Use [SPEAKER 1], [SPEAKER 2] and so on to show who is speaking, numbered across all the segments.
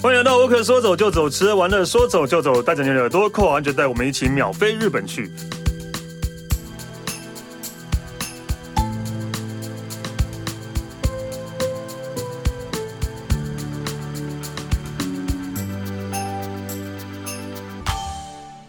[SPEAKER 1] 欢迎来到我可说走就走，吃完了说走就走，带着你的耳朵扣好安全带，我们一起秒飞日本去。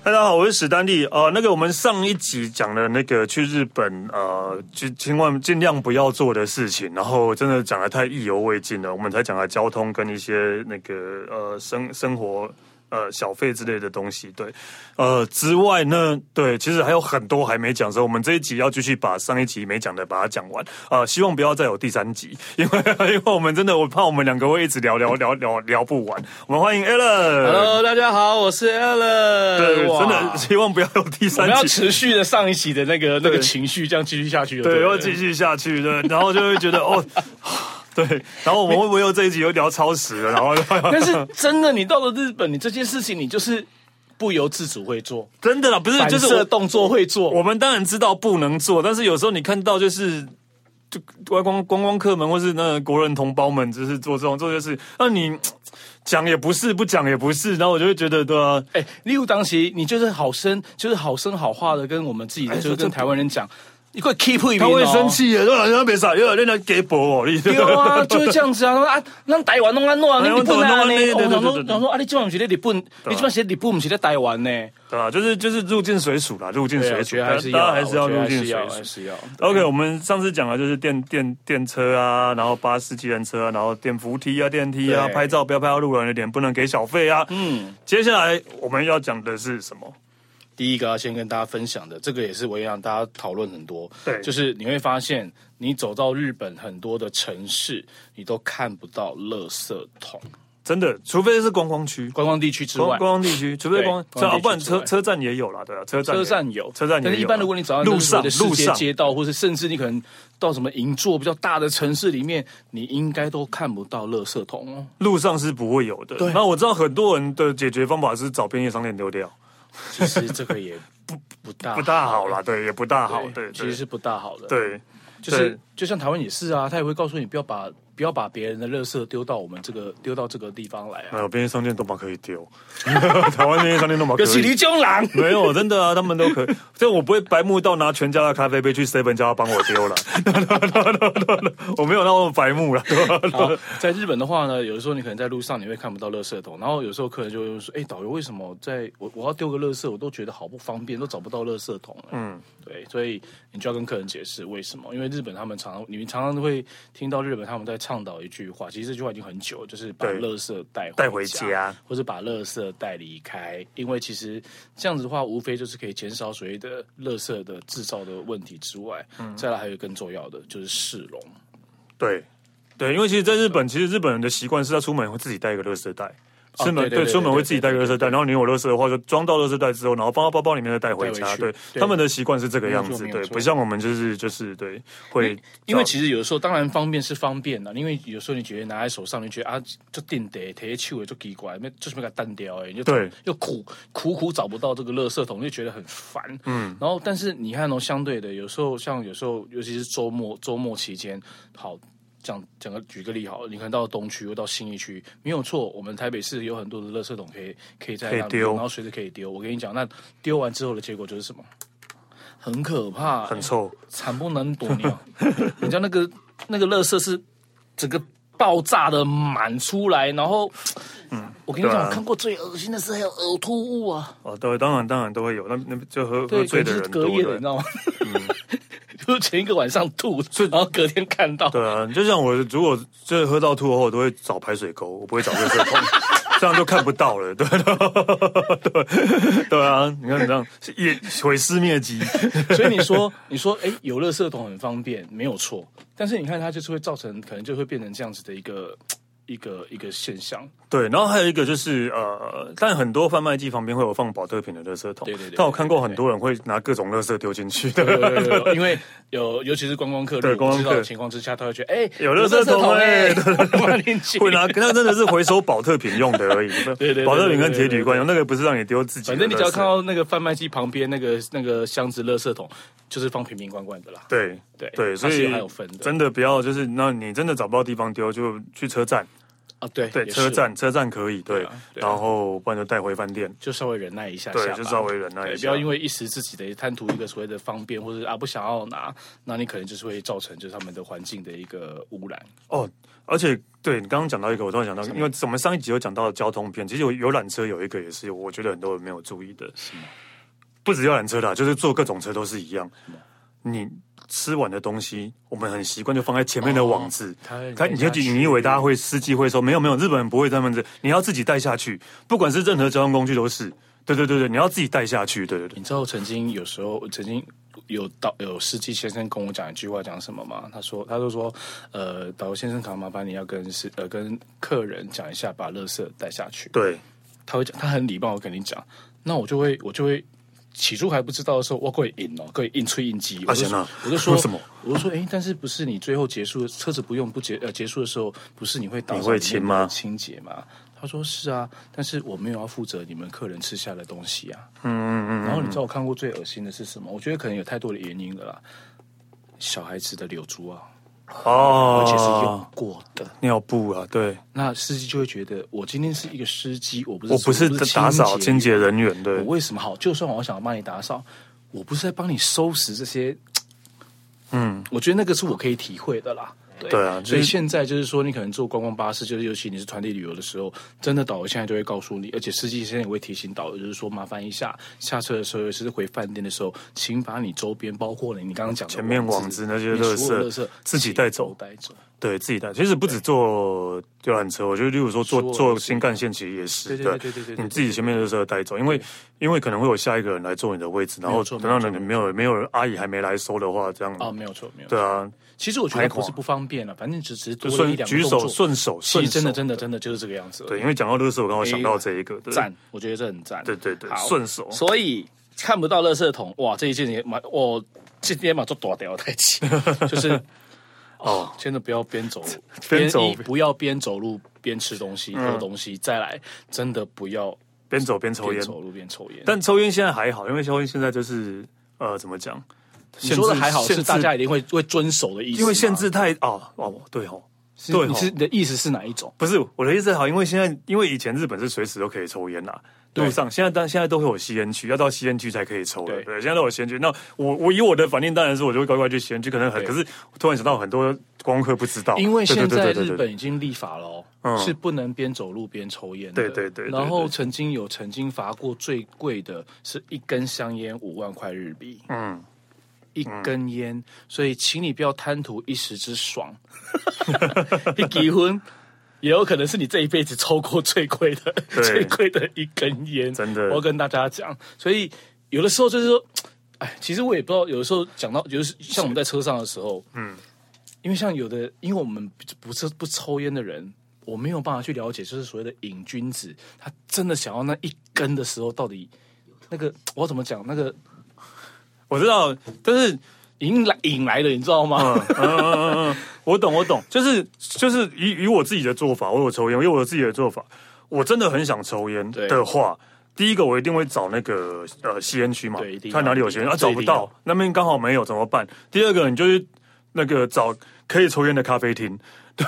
[SPEAKER 1] 嗨，大家好，我是史丹利。呃，那个我们上一集讲了那个去日本，呃，就千万尽量不要做的事情，然后真的讲的太意犹未尽了，我们才讲了交通跟一些那个呃生生活。呃，小费之类的东西，对，呃，之外呢，对，其实还有很多还没讲，所以我们这一集要继续把上一集没讲的把它讲完，呃，希望不要再有第三集， 因为因为我们真的我怕我们两个会一直聊聊聊聊聊不完。我们欢迎 Alan。
[SPEAKER 2] Hello，大家好，我是 Alan。
[SPEAKER 1] 对，
[SPEAKER 2] 哇
[SPEAKER 1] 真的希望不要有第
[SPEAKER 2] 我
[SPEAKER 1] 三
[SPEAKER 2] 们要
[SPEAKER 1] 集。
[SPEAKER 2] 持续的上一期的那个那个情绪，这样继续下去就
[SPEAKER 1] 对，
[SPEAKER 2] 了
[SPEAKER 1] 要继续下去，对，然后就会觉得哦， 对，然后我们会不会又这一集又聊超时了？然后
[SPEAKER 2] 但是真的，你到了日本，你这件事情你就是不由自主会做，
[SPEAKER 1] 真的啦，不是，
[SPEAKER 2] 反
[SPEAKER 1] 就是
[SPEAKER 2] 射
[SPEAKER 1] 我
[SPEAKER 2] 动作会做。
[SPEAKER 1] 我们当然知道不能做，但是有时候你看到就是。就观光观光客们，或是那个国人同胞们，就是做这种做这些事，那你讲也不是，不讲也不是，然后我就会觉得，对啊，
[SPEAKER 2] 哎，例如当时你就是好声，就是好声好话的跟我们自己的，就是跟台湾人讲，你快 keep 一
[SPEAKER 1] 哎他会生。气的，对 啊，别傻，因为那给博哦，你
[SPEAKER 2] 对啊，就是这样子啊！啊，咱台湾弄安弄啊，你日本啊呢？
[SPEAKER 1] 哎
[SPEAKER 2] 我想说，想说啊，你今晚不是在日本，你今晚是日本，不是在台湾呢？
[SPEAKER 1] 对啊，就是就是入境水属啦，入境
[SPEAKER 2] 对
[SPEAKER 1] 水
[SPEAKER 2] 啊，我
[SPEAKER 1] 属，
[SPEAKER 2] 觉得还是要
[SPEAKER 1] 大
[SPEAKER 2] 啊，
[SPEAKER 1] 家还是要
[SPEAKER 2] 我觉得
[SPEAKER 1] 入境
[SPEAKER 2] 还是
[SPEAKER 1] 水
[SPEAKER 2] 要
[SPEAKER 1] 属
[SPEAKER 2] 还。是要。
[SPEAKER 1] OK，我们上次讲的就是电电电车啊，然后巴士、机人车啊，然后电扶梯啊、电梯啊，
[SPEAKER 2] 对
[SPEAKER 1] 拍照不要拍到路人的脸，不能给小费啊。嗯，接下来我们要讲的是什么？
[SPEAKER 2] 第一个要先跟大家分享的，这个也是我也让大家讨论很多。
[SPEAKER 1] 对
[SPEAKER 2] 就是你会发现，你走到日本很多的城市，你都看不到垃圾桶，
[SPEAKER 1] 真的，除非是观光区、
[SPEAKER 2] 观光地区之
[SPEAKER 1] 观
[SPEAKER 2] 外
[SPEAKER 1] 观。光地区，除非
[SPEAKER 2] 对
[SPEAKER 1] 观
[SPEAKER 2] 观光
[SPEAKER 1] 光，
[SPEAKER 2] 地
[SPEAKER 1] 啊，
[SPEAKER 2] 区
[SPEAKER 1] 不然
[SPEAKER 2] 之外
[SPEAKER 1] 车车站也有啦，对啊，车站也
[SPEAKER 2] 车站有，
[SPEAKER 1] 车站也有啊。
[SPEAKER 2] 但是一般如果你走到
[SPEAKER 1] 路
[SPEAKER 2] 那
[SPEAKER 1] 上
[SPEAKER 2] 种所谓
[SPEAKER 1] 路
[SPEAKER 2] 的世界
[SPEAKER 1] 上
[SPEAKER 2] 街道，或是甚至你可能到什么银座比较大的城市里面，你应该都看不到垃圾桶哦。
[SPEAKER 1] 路上是不会有的。
[SPEAKER 2] 对
[SPEAKER 1] 那我知道很多人的解决方法是找便利商店丢掉，
[SPEAKER 2] 其实这个也不不大
[SPEAKER 1] 不大好啦，对，也不大好，对，
[SPEAKER 2] 其实是不大好的。
[SPEAKER 1] 对。对
[SPEAKER 2] 就是就像台湾也是啊，他也会告诉你不要把不要把别人的垃圾丢到我们这个丢到这个地方来啊。
[SPEAKER 1] 呃，便利商店都把可以丢， 台湾便利商店都把可
[SPEAKER 2] 有是
[SPEAKER 1] 以
[SPEAKER 2] 李中郎，
[SPEAKER 1] 没有，真的啊，他们都可以。所以我不会白目到拿全家的咖啡杯去 seven 叫他帮我丢了， 我没有那么白目了。啊对吧
[SPEAKER 2] 好， 在日本的话呢，有的时候你可能在路上你会看不到垃圾桶，然后有时候客人就会说：“哎、导游，为什么在我我要丢个垃圾，我都觉得好不方便，都找不到垃圾桶了。”嗯，对，所以你就要跟客人解释为什么，因为日本他们常常你们常常会听到日本他们在倡导一句话，其实这句话已经很久了，就是把
[SPEAKER 1] 对
[SPEAKER 2] 垃圾带
[SPEAKER 1] 带回家，
[SPEAKER 2] 或者把垃圾带离开，因为其实这样子的话，无非就是可以减少所谓的垃圾的制造的问题之外，
[SPEAKER 1] 嗯
[SPEAKER 2] 再来还有更重要的就是市容。
[SPEAKER 1] 对对，因为其实在日本，其实日本人的习惯是他出门会自己带一个垃圾袋。出门
[SPEAKER 2] 哦对对对
[SPEAKER 1] 出门
[SPEAKER 2] 对
[SPEAKER 1] 会
[SPEAKER 2] 对
[SPEAKER 1] 自己带一个垃圾袋，然后你有垃圾的话，就装到垃圾袋之后，然后放到包包里面再带回
[SPEAKER 2] 带
[SPEAKER 1] 家。
[SPEAKER 2] 回去
[SPEAKER 1] 对，
[SPEAKER 2] 对
[SPEAKER 1] 他们的习惯是这个样
[SPEAKER 2] 没有
[SPEAKER 1] 子，
[SPEAKER 2] 错没
[SPEAKER 1] 对
[SPEAKER 2] 有，错
[SPEAKER 1] 不像我们就是就是对会
[SPEAKER 2] 因为其实有的时候，当然方便是方便啦，因为有时候你觉得拿在手上，你觉得啊，就定得提起尾就奇怪，那就是没给它单掉哎，你就
[SPEAKER 1] 对
[SPEAKER 2] 又苦苦苦找不到这个垃圾桶，就觉得很烦。嗯，然后但是你看哦，相对的，有时候像有时候，尤其是周末周末期间，好。讲讲个举个例好了，你可能到东区又到信义区，没有错，我们台北市有很多的垃圾桶可以可以在
[SPEAKER 1] 可以
[SPEAKER 2] 那边
[SPEAKER 1] 丢
[SPEAKER 2] 然后随时可以丢。我跟你讲，那丢完之后的结果就是什么？很可怕，
[SPEAKER 1] 很臭。
[SPEAKER 2] 惨不忍睹，你哦 你知道那个那个垃圾是整个爆炸的满出来，然后，我跟你
[SPEAKER 1] 对
[SPEAKER 2] 讲，
[SPEAKER 1] 啊
[SPEAKER 2] 我看过最恶心的是还有呕吐物啊，
[SPEAKER 1] 哦，对，当然当然都会有，那那就喝喝
[SPEAKER 2] 对，
[SPEAKER 1] 醉
[SPEAKER 2] 可
[SPEAKER 1] 的嗯
[SPEAKER 2] 能就是
[SPEAKER 1] 人多
[SPEAKER 2] 隔夜的，你
[SPEAKER 1] 对
[SPEAKER 2] 知。道吗？ 就是前一个晚上吐，然后隔天看到，
[SPEAKER 1] 对啊，就像我如果就是喝到吐的话，我都会找排水沟，我不会找热 水桶，这样就看不到了。对对对啊，你看你这样也毁尸灭迹。
[SPEAKER 2] 所以你说，你说，哎，有垃圾桶很方便，没有错。但是你看，它就是会造成，可能就会变成这样子的一个一个一个现象。
[SPEAKER 1] 对，然后还有一个就是呃，但很多贩卖机旁边会有放保特瓶的垃圾桶，
[SPEAKER 2] 对对对
[SPEAKER 1] 但我看过很多人会拿各种垃圾丢进去的。
[SPEAKER 2] 有有有有因为有，尤其是观光客，
[SPEAKER 1] 对
[SPEAKER 2] 如果不
[SPEAKER 1] 观光
[SPEAKER 2] 知道
[SPEAKER 1] 客
[SPEAKER 2] 的情况之下，他会觉得，哎，
[SPEAKER 1] 有垃圾桶哎
[SPEAKER 2] 有垃圾桶哎，进去
[SPEAKER 1] 会拿，那真的是回收保特瓶用的而已。
[SPEAKER 2] 对对
[SPEAKER 1] 保特瓶跟铁
[SPEAKER 2] 对对
[SPEAKER 1] 铝罐用，那个不是让你丢自己的垃圾。
[SPEAKER 2] 反正你只要看到那个贩卖机旁边那个那个箱子垃圾桶，就是放瓶瓶罐罐的啦。
[SPEAKER 1] 对
[SPEAKER 2] 对
[SPEAKER 1] 对，
[SPEAKER 2] 它
[SPEAKER 1] 所
[SPEAKER 2] 是
[SPEAKER 1] 以
[SPEAKER 2] 有还有分的
[SPEAKER 1] 真的不要就是，那你真的找不到地方丢，就去车站。
[SPEAKER 2] 啊，对
[SPEAKER 1] 对，
[SPEAKER 2] 也是
[SPEAKER 1] 车站车站可以对
[SPEAKER 2] 对啊，对啊
[SPEAKER 1] 然后不然就带回饭店，
[SPEAKER 2] 就稍微忍耐一下
[SPEAKER 1] 对
[SPEAKER 2] 下吧，
[SPEAKER 1] 就稍微忍耐一
[SPEAKER 2] 对
[SPEAKER 1] 下
[SPEAKER 2] 不要因为一时自己的贪图一个所谓的方便，或者是啊不想要拿，那你可能就是会造成就是他们的环境的一个污染。
[SPEAKER 1] 哦，而且对你刚刚讲到一个，我突然想到，因为我们上一集有讲到交通片，其实有游览车有一个也是，我觉得很多人没有注意的，不止游览车啦，就是坐各种车都是一样。你吃完的东西，我们很习惯就放在前面的网子。
[SPEAKER 2] 它会
[SPEAKER 1] 看，你就
[SPEAKER 2] 哦带下去
[SPEAKER 1] 你以为大家会司机会说没有没有，日本人不会这样子，你要自己带下去，不管是任何交通工具都是。对对对对，你要自己带下去。对对对，
[SPEAKER 2] 你知道曾经有时候曾经有导有司机先生跟我讲一句话，讲什么吗？他说他就说，呃，导游先生，可能麻烦你要跟司呃跟客人讲一下，把垃圾带下去。
[SPEAKER 1] 对
[SPEAKER 2] 他会讲，他很礼貌，我跟你讲，那我就会我就会。起初还不知道的时候，我可以硬哦，可以硬吹硬激。我就
[SPEAKER 1] 啊行
[SPEAKER 2] 说
[SPEAKER 1] 啊，
[SPEAKER 2] 我就 说
[SPEAKER 1] 为什么？
[SPEAKER 2] 我就说，哎，但是不是你最后结束车子不用不结呃结束的时候，不是你会打
[SPEAKER 1] 你会清吗
[SPEAKER 2] 清洁吗？他说是啊，但是我没有要负责你们客人吃下的东西啊。
[SPEAKER 1] 嗯
[SPEAKER 2] 然后你知道我看过最恶心的是什么？我觉得可能有太多的原因了啦。小孩子的柳珠啊，
[SPEAKER 1] 哦，
[SPEAKER 2] 而且是用过的，
[SPEAKER 1] 尿布啊，对
[SPEAKER 2] 那司机就会觉得我今天是一个司机，我不是
[SPEAKER 1] 我不是打扫
[SPEAKER 2] 清
[SPEAKER 1] 清
[SPEAKER 2] 洁
[SPEAKER 1] 洁人员，对
[SPEAKER 2] 员，我为什么好？就算我想要帮你打扫，我不是在帮你收拾这些。嗯，我觉得那个是我可以体会的啦。对
[SPEAKER 1] 对啊就是
[SPEAKER 2] 所以现在就是说，你可能坐观光巴士，就是尤其你是团体旅游的时候，真的导游现在就会告诉你，而且司机现在也会提醒导游，就是说麻烦一下，下车的时候，尤其是回饭店的时候，请把你周边，包括你你刚刚讲的
[SPEAKER 1] 前面
[SPEAKER 2] 网
[SPEAKER 1] 网
[SPEAKER 2] 子
[SPEAKER 1] 子那些
[SPEAKER 2] 你所有
[SPEAKER 1] 垃圾
[SPEAKER 2] 垃圾
[SPEAKER 1] 自己带走
[SPEAKER 2] 请都带走。
[SPEAKER 1] 对自己带，其实不止坐游览车，我觉得，例如说坐
[SPEAKER 2] 坐
[SPEAKER 1] 坐新干线，其实也是
[SPEAKER 2] 对对对对对对对
[SPEAKER 1] 你自己前面的时候带走，因为因为可能会有下一个人来坐你的位置，然
[SPEAKER 2] 没
[SPEAKER 1] 后
[SPEAKER 2] 有错
[SPEAKER 1] 等到
[SPEAKER 2] 没
[SPEAKER 1] 你
[SPEAKER 2] 有
[SPEAKER 1] 没有没有人阿姨还没来收的话，这样
[SPEAKER 2] 啊，没有错，没有错。
[SPEAKER 1] 对啊，
[SPEAKER 2] 其实我觉得
[SPEAKER 1] 排
[SPEAKER 2] 不
[SPEAKER 1] 垮
[SPEAKER 2] 是不方便啊了，反正只只是
[SPEAKER 1] 就
[SPEAKER 2] 多了一
[SPEAKER 1] 顺
[SPEAKER 2] 两个
[SPEAKER 1] 举
[SPEAKER 2] 动
[SPEAKER 1] 手
[SPEAKER 2] 作
[SPEAKER 1] 顺手
[SPEAKER 2] 其
[SPEAKER 1] 顺
[SPEAKER 2] 实
[SPEAKER 1] 手，
[SPEAKER 2] 真的真的真的就是这个样子而已。
[SPEAKER 1] 对，因为讲到乐色，我刚好想到这一个，对
[SPEAKER 2] 赞，我觉得这很赞。
[SPEAKER 1] 对对对
[SPEAKER 2] 好
[SPEAKER 1] 顺手
[SPEAKER 2] 所以看不到垃圾桶，哇，这一件也蛮，我这天嘛做大掉太气， 就是
[SPEAKER 1] 哦，
[SPEAKER 2] 真的不要边走路
[SPEAKER 1] 边走
[SPEAKER 2] 一不要边走路边吃东西喝东西，再来真的不要
[SPEAKER 1] 边走边抽
[SPEAKER 2] 边
[SPEAKER 1] 烟，
[SPEAKER 2] 走路边抽烟。
[SPEAKER 1] 但抽烟现在还好，因为抽烟现在就是呃怎么讲，
[SPEAKER 2] 你
[SPEAKER 1] 你
[SPEAKER 2] 说的还好，是大家
[SPEAKER 1] 制
[SPEAKER 2] 一定会会遵守的意思吗。
[SPEAKER 1] 因为限制太哦哦对哦。
[SPEAKER 2] 是，
[SPEAKER 1] 对哦
[SPEAKER 2] 你是你的意思是哪一种？
[SPEAKER 1] 不是我的意思，好，因为现在因为以前日本是随时都可以抽烟啦，路上现在但现在都会有吸烟区，要到吸烟区才可以抽的，
[SPEAKER 2] 对
[SPEAKER 1] 对，现在都有吸烟区。那我我以我的反应当然是我就会乖乖去吸烟区，可能很，
[SPEAKER 2] 对
[SPEAKER 1] 可是我突然想到很多观光客不知道，
[SPEAKER 2] 因为
[SPEAKER 1] 对
[SPEAKER 2] 现在
[SPEAKER 1] 对对对
[SPEAKER 2] 日
[SPEAKER 1] 对
[SPEAKER 2] 本已经立法了哦、
[SPEAKER 1] 嗯
[SPEAKER 2] 是不能边走路边抽烟的。
[SPEAKER 1] 对对对对
[SPEAKER 2] 然
[SPEAKER 1] 对
[SPEAKER 2] 后曾经有曾经罚过最贵的是一根香烟五万块日币，
[SPEAKER 1] 嗯，
[SPEAKER 2] 一根烟，所以请你不要贪图一时之爽， 一结婚。也有可能是你这一辈子抽过最贵的、
[SPEAKER 1] 对
[SPEAKER 2] 最贵的一根烟，
[SPEAKER 1] 真的
[SPEAKER 2] 我要跟大家讲，所以有的时候就是说，哎，其实我也不知道，有的时候讲到，就是像我们在车上的时候，
[SPEAKER 1] 嗯
[SPEAKER 2] 因为像有的，因为我们不是不抽烟的人，我没有办法去了解，就是所谓的瘾君子，他真的想要那一根的时候，到底那个我怎么讲，那个
[SPEAKER 1] 我知道，但是
[SPEAKER 2] 引来引来的，你知道吗？
[SPEAKER 1] 嗯我懂，我懂，就是就是以以我自己的做法，我有抽烟，因为我有自己的做法，我真的很想抽烟
[SPEAKER 2] 对
[SPEAKER 1] 的话。第一个我一定会找那个呃吸烟区嘛
[SPEAKER 2] 对一，定要
[SPEAKER 1] 看哪里有吸烟区啊，
[SPEAKER 2] 对
[SPEAKER 1] 找
[SPEAKER 2] 一
[SPEAKER 1] 不
[SPEAKER 2] 定
[SPEAKER 1] 到
[SPEAKER 2] 要
[SPEAKER 1] 那边刚好没有怎么办？第二个你就去那个找可以抽烟的咖啡厅。 对，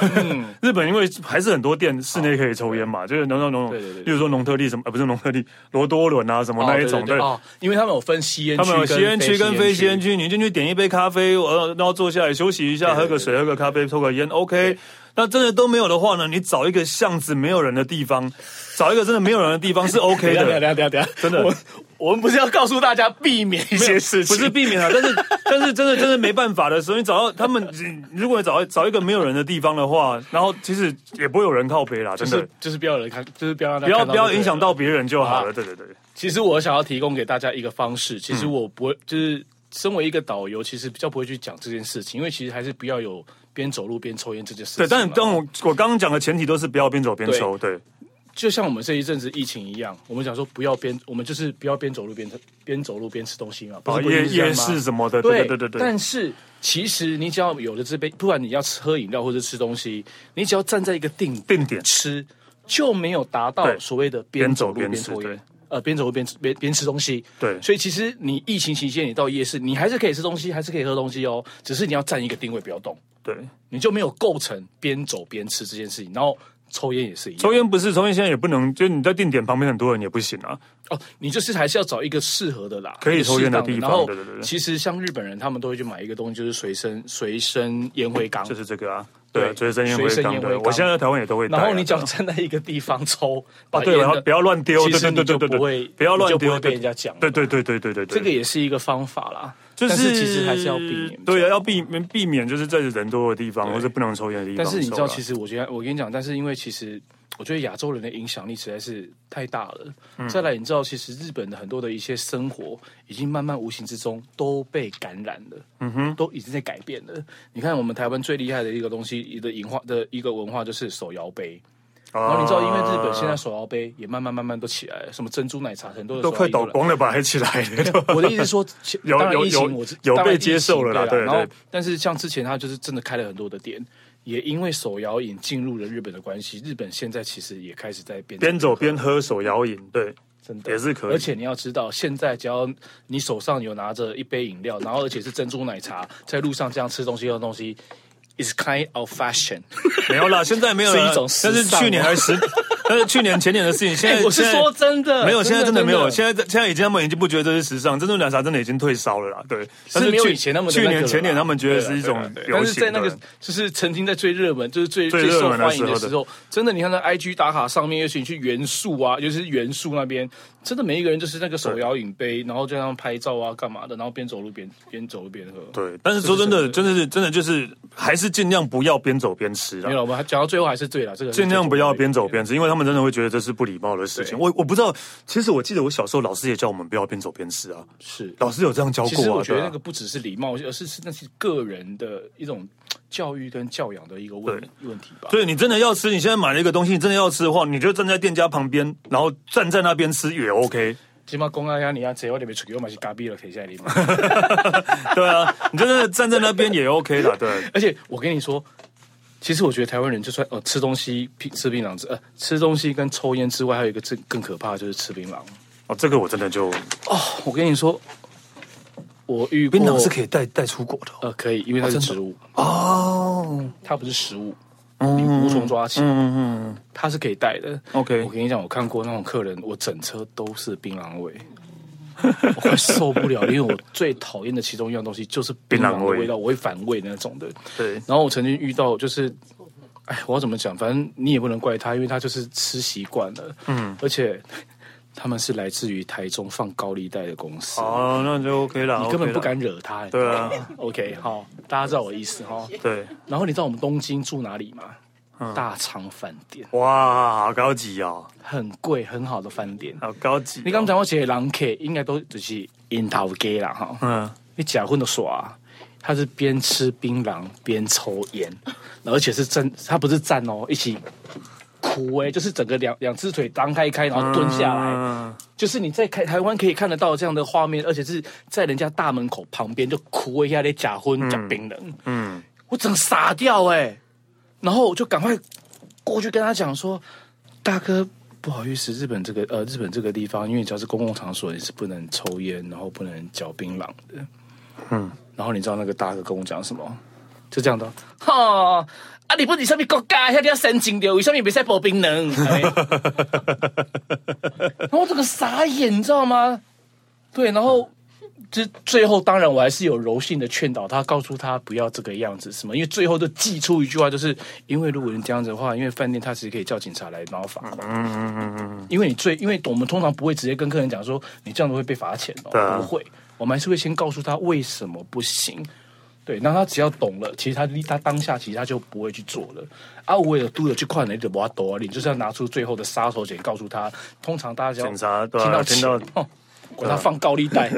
[SPEAKER 1] 日本因为还是很多店室内可以抽烟嘛，就是农农农，
[SPEAKER 2] 嗯哦对对对对
[SPEAKER 1] 例如说农特利什么，呃不是农特利，罗多伦啊什么那一种，
[SPEAKER 2] 对
[SPEAKER 1] 对，
[SPEAKER 2] 哦，因为他们有分吸烟
[SPEAKER 1] 他
[SPEAKER 2] 区
[SPEAKER 1] 们有
[SPEAKER 2] 跟非
[SPEAKER 1] 吸烟区跟非吸烟
[SPEAKER 2] 区，
[SPEAKER 1] 区，你进去点一杯咖啡，呃，然后坐下来休息一下，
[SPEAKER 2] 对
[SPEAKER 1] 喝个
[SPEAKER 2] 对
[SPEAKER 1] 水，喝个咖啡，抽个烟，OK。那真的都没有的话呢，你找一个巷子没有人的地方， 找一个真的没有人的地方 是 OK
[SPEAKER 2] 等
[SPEAKER 1] 的
[SPEAKER 2] 一下等。一下等一下等一下，
[SPEAKER 1] 真的
[SPEAKER 2] 我们我们不是要告诉大家避免一
[SPEAKER 1] 没有
[SPEAKER 2] 些事情，
[SPEAKER 1] 不是避免啊，但是 但是真的真的没办法的时候，你找到他们，你如果找找一个没有人的地方的话，然后其实也不会有人靠北啦，
[SPEAKER 2] 就
[SPEAKER 1] 真的
[SPEAKER 2] 是就是不要有人看，就是不要让大
[SPEAKER 1] 不要
[SPEAKER 2] 家看
[SPEAKER 1] 不要
[SPEAKER 2] 就对
[SPEAKER 1] 影响
[SPEAKER 2] 了
[SPEAKER 1] 到别人就好
[SPEAKER 2] 好
[SPEAKER 1] 了。
[SPEAKER 2] 啊
[SPEAKER 1] 对对对，
[SPEAKER 2] 其实我想要提供给大家一个方式，其实我不会，就是身为一个导游，其实比较不会去讲这件事情，因为其实还是不要有边走路边抽烟这件事
[SPEAKER 1] 对，
[SPEAKER 2] 情嘛。
[SPEAKER 1] 但但我我刚刚讲的前提都是不要边走边
[SPEAKER 2] 对
[SPEAKER 1] 抽，对
[SPEAKER 2] 就像我们这一阵子疫情一样，我们讲说不要边，我们就是不要边走路边边走路边吃东西嘛，不
[SPEAKER 1] 啊，
[SPEAKER 2] 是规定
[SPEAKER 1] 夜
[SPEAKER 2] 是这样
[SPEAKER 1] 夜
[SPEAKER 2] 吗
[SPEAKER 1] 市什么的，对
[SPEAKER 2] 对
[SPEAKER 1] 对对对对。
[SPEAKER 2] 但是其实你只要有了这杯，不管你要吃喝饮料或者吃东西，你只要站在一个定
[SPEAKER 1] 定点
[SPEAKER 2] 吃，就没有达到
[SPEAKER 1] 对
[SPEAKER 2] 所谓的
[SPEAKER 1] 边
[SPEAKER 2] 边
[SPEAKER 1] 走
[SPEAKER 2] 走路
[SPEAKER 1] 边
[SPEAKER 2] 边
[SPEAKER 1] 吃
[SPEAKER 2] 抽
[SPEAKER 1] 对
[SPEAKER 2] 烟。呃，边走路边吃边边吃东西，
[SPEAKER 1] 对
[SPEAKER 2] 所以其实你疫情期间你到夜市，你还是可以吃东西，还是可以喝东西哦，只是你要站一个定位不要动，
[SPEAKER 1] 对
[SPEAKER 2] 你就没有构成边走边吃这件事情，然后抽烟也是一样。
[SPEAKER 1] 抽烟不是抽烟，现在也不能，就是你在定点旁边很多人也不行啊。
[SPEAKER 2] 哦，你就是还是要找一个适合的啦，
[SPEAKER 1] 可以抽烟的地方
[SPEAKER 2] 一个适当然后
[SPEAKER 1] 对对对对
[SPEAKER 2] 其实像日本人，他们都会去买一个东西，就是随身随身烟灰缸。
[SPEAKER 1] 就是这个啊，对，
[SPEAKER 2] 对
[SPEAKER 1] 随身烟灰
[SPEAKER 2] 随身
[SPEAKER 1] 缸
[SPEAKER 2] 烟
[SPEAKER 1] 对，
[SPEAKER 2] 灰
[SPEAKER 1] 我
[SPEAKER 2] 缸
[SPEAKER 1] 现在在台湾也都会带啊。啊
[SPEAKER 2] 然后你只要站在一个地方抽，把
[SPEAKER 1] 对，
[SPEAKER 2] 烟
[SPEAKER 1] 然后
[SPEAKER 2] 的
[SPEAKER 1] 不要乱丢，
[SPEAKER 2] 其
[SPEAKER 1] 对
[SPEAKER 2] 实
[SPEAKER 1] 对
[SPEAKER 2] 你
[SPEAKER 1] 对
[SPEAKER 2] 就
[SPEAKER 1] 对对
[SPEAKER 2] 不
[SPEAKER 1] 对
[SPEAKER 2] 会，，
[SPEAKER 1] 不要
[SPEAKER 2] 你就
[SPEAKER 1] 乱
[SPEAKER 2] 不
[SPEAKER 1] 丢，
[SPEAKER 2] 会被人家讲。啊
[SPEAKER 1] 对对对对对对对，
[SPEAKER 2] 这个也是一个方法啦，
[SPEAKER 1] 就
[SPEAKER 2] 但是其实还是要避免。
[SPEAKER 1] 对啊，要
[SPEAKER 2] 避。
[SPEAKER 1] 避免避免就是在人多的地方或者不能抽烟的地方
[SPEAKER 2] 但
[SPEAKER 1] 抽啊。
[SPEAKER 2] 是你知道，其实我觉得，我跟你讲，但是因为其实我觉得亚洲人的影响力实在是太大了。
[SPEAKER 1] 嗯
[SPEAKER 2] 再来，你知道，其实日本的很多的一些生活已经慢慢无形之中都被感染了，嗯哼，都已经在改变了。你看，我们台湾最厉害的一个东西，一个文化的一个文化就是手摇杯。
[SPEAKER 1] 然
[SPEAKER 2] 然哦后你知道，因为日本现在手摇杯也慢慢慢慢都起来了，什么珍珠奶茶很多的
[SPEAKER 1] 啊都快
[SPEAKER 2] 手摇
[SPEAKER 1] 倒
[SPEAKER 2] 饮
[SPEAKER 1] 光了吧，还起来了。
[SPEAKER 2] 我的意思是说，其
[SPEAKER 1] 有
[SPEAKER 2] 当然
[SPEAKER 1] 有
[SPEAKER 2] 疫情
[SPEAKER 1] 有
[SPEAKER 2] 我知
[SPEAKER 1] 有
[SPEAKER 2] 当然
[SPEAKER 1] 被接受了啦
[SPEAKER 2] 疫情对啊
[SPEAKER 1] 对
[SPEAKER 2] 然后
[SPEAKER 1] 对，
[SPEAKER 2] 但是像之前他就是真的开了很多的店，也因为手摇饮进入了日本的关系，日本现在其实也开始在变
[SPEAKER 1] 边走边喝手摇饮，对，
[SPEAKER 2] 真的
[SPEAKER 1] 也是可以
[SPEAKER 2] 而且你要知道，现在只要你手上有拿着一杯饮料，然后而且是珍珠奶茶，在路上这样吃东西喝东西，is kind of fashion。
[SPEAKER 1] 没有啦，现在没有啦
[SPEAKER 2] 是一种
[SPEAKER 1] 但是
[SPEAKER 2] 时尚哎
[SPEAKER 1] 去年还是十， 但是去年前年的事情，现在、
[SPEAKER 2] 我是
[SPEAKER 1] 现在
[SPEAKER 2] 说真的
[SPEAKER 1] 没有，现在真的没有，现
[SPEAKER 2] 在
[SPEAKER 1] 在现在已经他们已经不觉得这是时尚，珍珠奶茶真的已经退烧了啦，对，但
[SPEAKER 2] 没有以前那么的
[SPEAKER 1] 去
[SPEAKER 2] 那个
[SPEAKER 1] 年
[SPEAKER 2] 了
[SPEAKER 1] 前年
[SPEAKER 2] 啦
[SPEAKER 1] 他们觉得
[SPEAKER 2] 对啊
[SPEAKER 1] 是一
[SPEAKER 2] 对啊
[SPEAKER 1] 种
[SPEAKER 2] 对啊
[SPEAKER 1] 流行，
[SPEAKER 2] 但是在那
[SPEAKER 1] 对
[SPEAKER 2] 个就是曾经在最热门，就是最
[SPEAKER 1] 最
[SPEAKER 2] 最
[SPEAKER 1] 热
[SPEAKER 2] 受
[SPEAKER 1] 门的
[SPEAKER 2] 欢迎的
[SPEAKER 1] 时候的
[SPEAKER 2] 时候，真的你看那 IG 打卡上面，尤其你去元素啊，尤其是元素那边，真的每一个人就是那个手摇饮杯，然后就那样拍照啊，干嘛的，然后边走路边边走路边喝。
[SPEAKER 1] 对，啊但是说真的，真的是真的就是还是尽量不要边走边吃啦
[SPEAKER 2] 没。有，我们还讲到最后还是对了，这个是
[SPEAKER 1] 尽量不啊要
[SPEAKER 2] 最重
[SPEAKER 1] 边
[SPEAKER 2] 的
[SPEAKER 1] 走边吃，因为他们真的会觉得这是不礼貌的事情。
[SPEAKER 2] 对
[SPEAKER 1] 我我不知道，其实我记得我小时候老师也叫我们不要边走边吃啊，
[SPEAKER 2] 是
[SPEAKER 1] 老师有这样教
[SPEAKER 2] 其实
[SPEAKER 1] 过啊。
[SPEAKER 2] 我觉
[SPEAKER 1] 对
[SPEAKER 2] 得
[SPEAKER 1] 啊
[SPEAKER 2] 那个不只是礼貌，而是是那是个人的一种教育跟教养的一个问问题吧。
[SPEAKER 1] 所以你真的要吃，你现在买了一个东西，你真的要吃的话，你就站在店家旁边，然后站在那边吃也 OK。
[SPEAKER 2] 起码公安啊呀，你要这我里面出去，我买是咖啡了，可以下来嘛。
[SPEAKER 1] 对啊，你真的站在那边也 OK 的。对，
[SPEAKER 2] 而且我跟你说，其实我觉得台湾人就算呃吃东西槟吃槟榔之呃吃东西跟抽烟之外，还有一个更更可怕的就是吃槟榔。
[SPEAKER 1] 哦，这个我真的就
[SPEAKER 2] 我跟你说，我遇过
[SPEAKER 1] 槟榔是可以带带出国的哦
[SPEAKER 2] 呃可以，因为它是植物，
[SPEAKER 1] 哦。
[SPEAKER 2] 它不是食物。你无从抓起，
[SPEAKER 1] 嗯嗯
[SPEAKER 2] 它是可以带的。
[SPEAKER 1] OK
[SPEAKER 2] 我跟你讲，我看过那种客人，我整车都是槟榔味，我快受不了，因为我最讨厌的其中一样东西就是槟榔
[SPEAKER 1] 槟
[SPEAKER 2] 的
[SPEAKER 1] 榔味
[SPEAKER 2] 味道，我会反胃的那种的。
[SPEAKER 1] 嗯，对，
[SPEAKER 2] 然后我曾经遇到，就是，哎，我要怎么讲？反正你也不能怪他，因为他就是吃习惯了。嗯，而且他们是来自于台中放高利贷的公司，
[SPEAKER 1] 哦，那就 OK 啦，
[SPEAKER 2] 你根本
[SPEAKER 1] OK 啦
[SPEAKER 2] 不。敢惹他。你知
[SPEAKER 1] 对
[SPEAKER 2] 道吗
[SPEAKER 1] 啊，
[SPEAKER 2] OK，好，大家知道我的意思哈。
[SPEAKER 1] 对，
[SPEAKER 2] 然后你知道我们东京住哪里吗？
[SPEAKER 1] 嗯
[SPEAKER 2] 大昌饭店，
[SPEAKER 1] 哇，好高级哦，
[SPEAKER 2] 很贵，很好的饭店。
[SPEAKER 1] 好高级哦。
[SPEAKER 2] 你刚才我写人客，应该都只是樱桃街啦哈。
[SPEAKER 1] 嗯，
[SPEAKER 2] 你假混的耍，啊他是边吃槟榔边抽烟，而且是站，他不是站哦，一起哭哎、就是整个两两只腿张开开，然后蹲下来，
[SPEAKER 1] 嗯
[SPEAKER 2] 就是你在台台湾可以看得到这样的画面，而且是在人家大门口旁边就哭一下在假婚假槟榔，
[SPEAKER 1] 嗯，
[SPEAKER 2] 我整个傻掉哎、然后我就赶快过去跟他讲说，大哥。不好意思，日本这个呃，日本这个地方，因为只要是公共场所，你是不能抽烟，然后不能嚼槟榔的。
[SPEAKER 1] 嗯
[SPEAKER 2] 然后你知道那个大哥跟我讲什么？就这样的，哈、啊！你不是什么国家，遐条神经的，为什么没在薄 冰人？然后我整个傻眼，你知道吗？对，然后这最后当然我还是有柔性的劝导他，告诉他不要这个样子，什么？因为最后就寄出一句话，就是因为如果你这样子的话，因为饭店他其实可以叫警察来，然后罚款。因为你最，因为我们通常不会直接跟客人讲说你这样子会被罚钱哦，
[SPEAKER 1] 对啊
[SPEAKER 2] 不会，我们还是会先告诉他为什么不行。对，那他只要懂了，其实他他当下其实他就不会去做了。啊，我也都有去看了，你就不要躲啊，你就是要拿出最后的杀手锏，告诉他。通常大家只要
[SPEAKER 1] 警察对
[SPEAKER 2] 听
[SPEAKER 1] 啊，
[SPEAKER 2] 到
[SPEAKER 1] 听
[SPEAKER 2] 钱
[SPEAKER 1] 到，啊
[SPEAKER 2] 哦管他放高 利贷，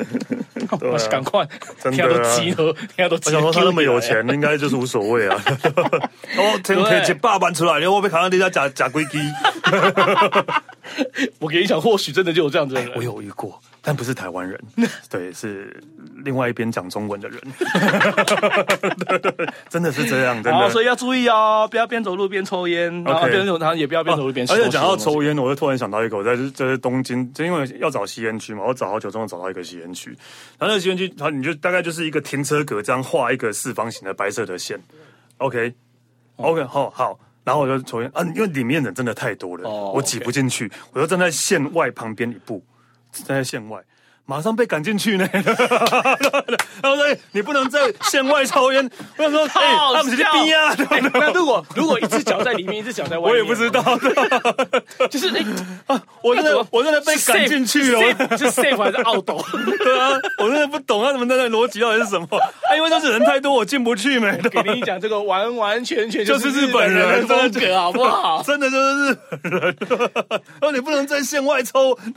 [SPEAKER 2] 我是赶快，
[SPEAKER 1] 真
[SPEAKER 2] 听
[SPEAKER 1] 的
[SPEAKER 2] 到
[SPEAKER 1] 啊
[SPEAKER 2] 都急了，听到都急
[SPEAKER 1] 我想
[SPEAKER 2] 了。
[SPEAKER 1] 说他那么有钱，应该就是无所谓 啊。哦，天可以一百万出来，你我被扛到地下假假规矩。
[SPEAKER 2] 我跟你讲，或许真的就有这样子的人。
[SPEAKER 1] 哎 我有遇过，但不是台湾人， 对，是另外一边讲中文的人。 对对对真的是这样，真
[SPEAKER 2] 然后
[SPEAKER 1] 的。
[SPEAKER 2] 所以要注意哦，不要边走路边抽烟，然后
[SPEAKER 1] OK 哦
[SPEAKER 2] 边走然后也不要边走路边吃
[SPEAKER 1] 而
[SPEAKER 2] 东西。
[SPEAKER 1] 且讲到抽烟，我就突然想到一个，我在这是东京，就因为要找吸烟区嘛，我找好久终于找到一个吸烟区。然后那个吸烟区，它你就大概就是一个停车格这样画一个四方形的白色的线。OK，OK，、好好。
[SPEAKER 2] 哦
[SPEAKER 1] 然后我就抽烟啊，因为里面人真的太多了，
[SPEAKER 2] 哦
[SPEAKER 1] 我挤不进去，我就站在线外旁边一步，站在线外。马上被赶进去 呢，然后说：“哎你不能在线外抽烟。”我想说：“哎、
[SPEAKER 2] 好
[SPEAKER 1] 他们是
[SPEAKER 2] 笑
[SPEAKER 1] 逼 啊！”
[SPEAKER 2] 哎那如果如果一只脚在里面，一只脚在外面，
[SPEAKER 1] 我也不知道，
[SPEAKER 2] 就是哎，
[SPEAKER 1] 我真 的我真的被赶进去哦了。我
[SPEAKER 2] 是 safe 还是 out 斗？
[SPEAKER 1] 对啊，我真的不懂他怎么在那逻辑到底是 什么。啊，因为就是人太多，我进不去没的。
[SPEAKER 2] 给你讲这个完完全 全
[SPEAKER 1] 就是是
[SPEAKER 2] 日
[SPEAKER 1] 日本
[SPEAKER 2] 本人
[SPEAKER 1] 人
[SPEAKER 2] 的风格，好不好？
[SPEAKER 1] 真的就是日本人， 然后你不能在线外抽。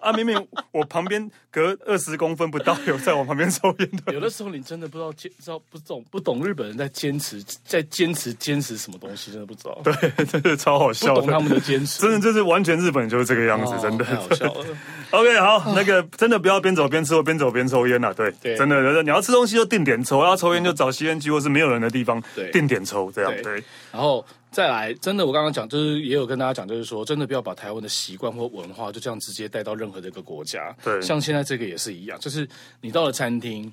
[SPEAKER 1] 啊，明明我旁边隔二十公分不到有在我旁边抽烟的，
[SPEAKER 2] 有的时候你真的不知道坚知道不懂不懂日本人在坚持在坚持坚持什么东西，真的不知道，不
[SPEAKER 1] 对，真的超好笑
[SPEAKER 2] 懂他
[SPEAKER 1] 的。
[SPEAKER 2] 们的坚持，
[SPEAKER 1] 真的就是完全日本就是这个样子，
[SPEAKER 2] 哦
[SPEAKER 1] 真的
[SPEAKER 2] 太。好笑了。
[SPEAKER 1] OK，好，那个真的不要边走边吃或边走边抽烟呐、啊，对，
[SPEAKER 2] 对
[SPEAKER 1] 真的，你要吃东西就定点抽，要抽烟就找吸烟区或是没有人的地方
[SPEAKER 2] 对
[SPEAKER 1] 定点抽，这样
[SPEAKER 2] 对
[SPEAKER 1] 对，
[SPEAKER 2] 然后再来，真的我刚刚讲，就是也有跟大家讲，就是说，真的不要把台湾的习惯或文化就这样直接带到任何的一个国家。
[SPEAKER 1] 对
[SPEAKER 2] 像现在这个也是一样，就是你到了餐厅，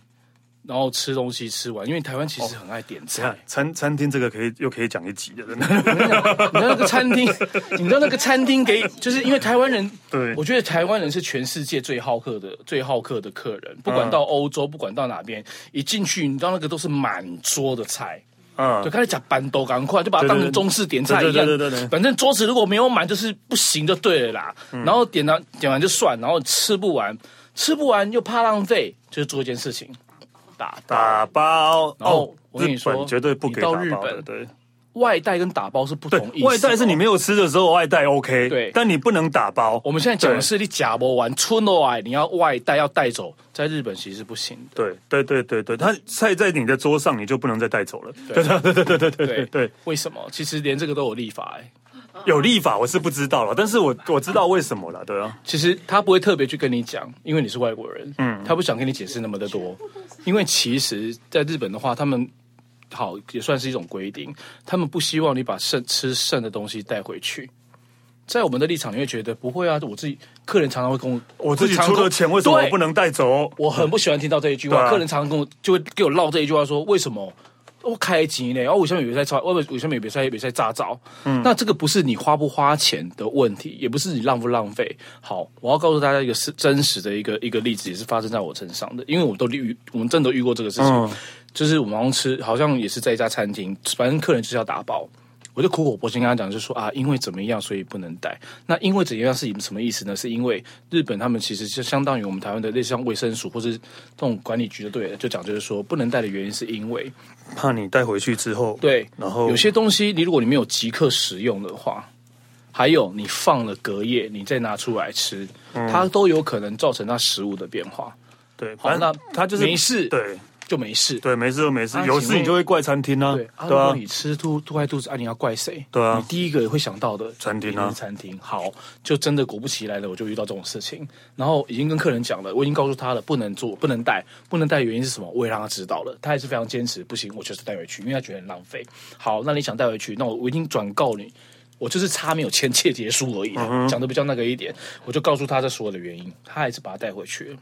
[SPEAKER 2] 然后吃东西吃完，因为台湾其
[SPEAKER 1] 哦
[SPEAKER 2] 实很爱点菜。
[SPEAKER 1] 看餐餐厅这个可以又可以讲一集的，真的。
[SPEAKER 2] 你知道那个餐厅， 你知道那个餐厅给，就是因为台湾人，
[SPEAKER 1] 对
[SPEAKER 2] 我觉得台湾人是全世界最好客的、最好客的客人，不管到欧洲，不管到哪边，一进去，你知道那个都是满桌的菜。
[SPEAKER 1] 嗯
[SPEAKER 2] 对，刚才讲板豆赶快就把它当成中式点菜一样，
[SPEAKER 1] 对对对对对对嗯
[SPEAKER 2] 反正桌子如果没有满就是不行就对了啦。然后点完点完就算，然后吃不完，吃不完又怕浪费，就是做一件事情，打
[SPEAKER 1] 打包
[SPEAKER 2] 然后
[SPEAKER 1] 哦，
[SPEAKER 2] 我跟你说
[SPEAKER 1] 日本绝对不给打包的
[SPEAKER 2] 你到日本
[SPEAKER 1] 对
[SPEAKER 2] 外带跟打包是不同
[SPEAKER 1] 对，
[SPEAKER 2] 意思。
[SPEAKER 1] 外带是你没有吃的时候外带 OK，
[SPEAKER 2] 对
[SPEAKER 1] 但你不能打包。
[SPEAKER 2] 我们现在讲的是你假不完，村落哎，你要外带要带走，在日本其实是不行的。
[SPEAKER 1] 对对对对对，它菜在你的桌上，你就不能再带走了。对对对对对对对对，
[SPEAKER 2] 为什么？其实连这个都有立法哎、
[SPEAKER 1] 有立法我是不知道了，但是我我知道为什么了，对啊，
[SPEAKER 2] 其实嗯他不会特别去跟你讲，因为你是外国人，嗯，他不想跟你解释那么的多，因为其实在日本的话，他们好也算是一种规定，他们不希望你把剩吃剩的东西带回去。在我们的立场，你会觉得不会啊，我自己客人常常会跟我，
[SPEAKER 1] 我自己出
[SPEAKER 2] 常
[SPEAKER 1] 的钱为什么
[SPEAKER 2] 对
[SPEAKER 1] 我不能带走？
[SPEAKER 2] 我很不喜欢听到这一句
[SPEAKER 1] 对
[SPEAKER 2] 话，
[SPEAKER 1] 啊
[SPEAKER 2] 客人常常跟我就会给我唠这一句话说，为什么我开机呢？然后为什么有在哦超，为为什么有比赛比赛炸招？
[SPEAKER 1] 嗯
[SPEAKER 2] 那这个不是你花不花钱的问题，也不是你浪不浪费。好，我要告诉大家一个是真实的一个一个例子，也是发生在我身上的，因为我都遇我们真的遇过这个事情，
[SPEAKER 1] 嗯
[SPEAKER 2] 就是我们好像吃，好像也是在一家餐厅，反正客人就是要打包。我就苦口婆心跟他讲，就说啊，因为怎么样，所以不能带。那因为怎样是什么意思呢？是因为日本他们其实就相当于我们台湾的类似像卫生署或是这种管理局的对了，就讲就是说不能带的原因是因为
[SPEAKER 1] 怕你带回去之后，
[SPEAKER 2] 对，
[SPEAKER 1] 然后
[SPEAKER 2] 有些东西你如果你没有即刻使用的话，还有你放了隔夜，你再拿出来吃，它都有可能造成它食物的变化。
[SPEAKER 1] 对，
[SPEAKER 2] 好，
[SPEAKER 1] 反
[SPEAKER 2] 那
[SPEAKER 1] 正他就是
[SPEAKER 2] 没事，
[SPEAKER 1] 对
[SPEAKER 2] 就没事。
[SPEAKER 1] 对，没事就没事
[SPEAKER 2] 啊，
[SPEAKER 1] 有事
[SPEAKER 2] 请问
[SPEAKER 1] 你就会怪餐厅啊
[SPEAKER 2] 对，啊，如
[SPEAKER 1] 对
[SPEAKER 2] 果
[SPEAKER 1] 啊，
[SPEAKER 2] 你吃吐吐坏肚子，啊，你要怪谁？
[SPEAKER 1] 对啊
[SPEAKER 2] 你第一个会想到的
[SPEAKER 1] 餐厅啊
[SPEAKER 2] 一定是餐厅。好，就真的果不其然的，我就遇到这种事情。然后已经跟客人讲了，我已经告诉他了，不能做，不能带，不能带的原因是什么？我也让他知道了，他还是非常坚持，不行，我就是带回去，因为他觉得很浪费。好，那你想带回去，那我我已经转告你。我就是差没有签切结书而已
[SPEAKER 1] 嗯
[SPEAKER 2] 啦，讲的比较那个一点，我就告诉他这所有的原因，他还是把它带回去了。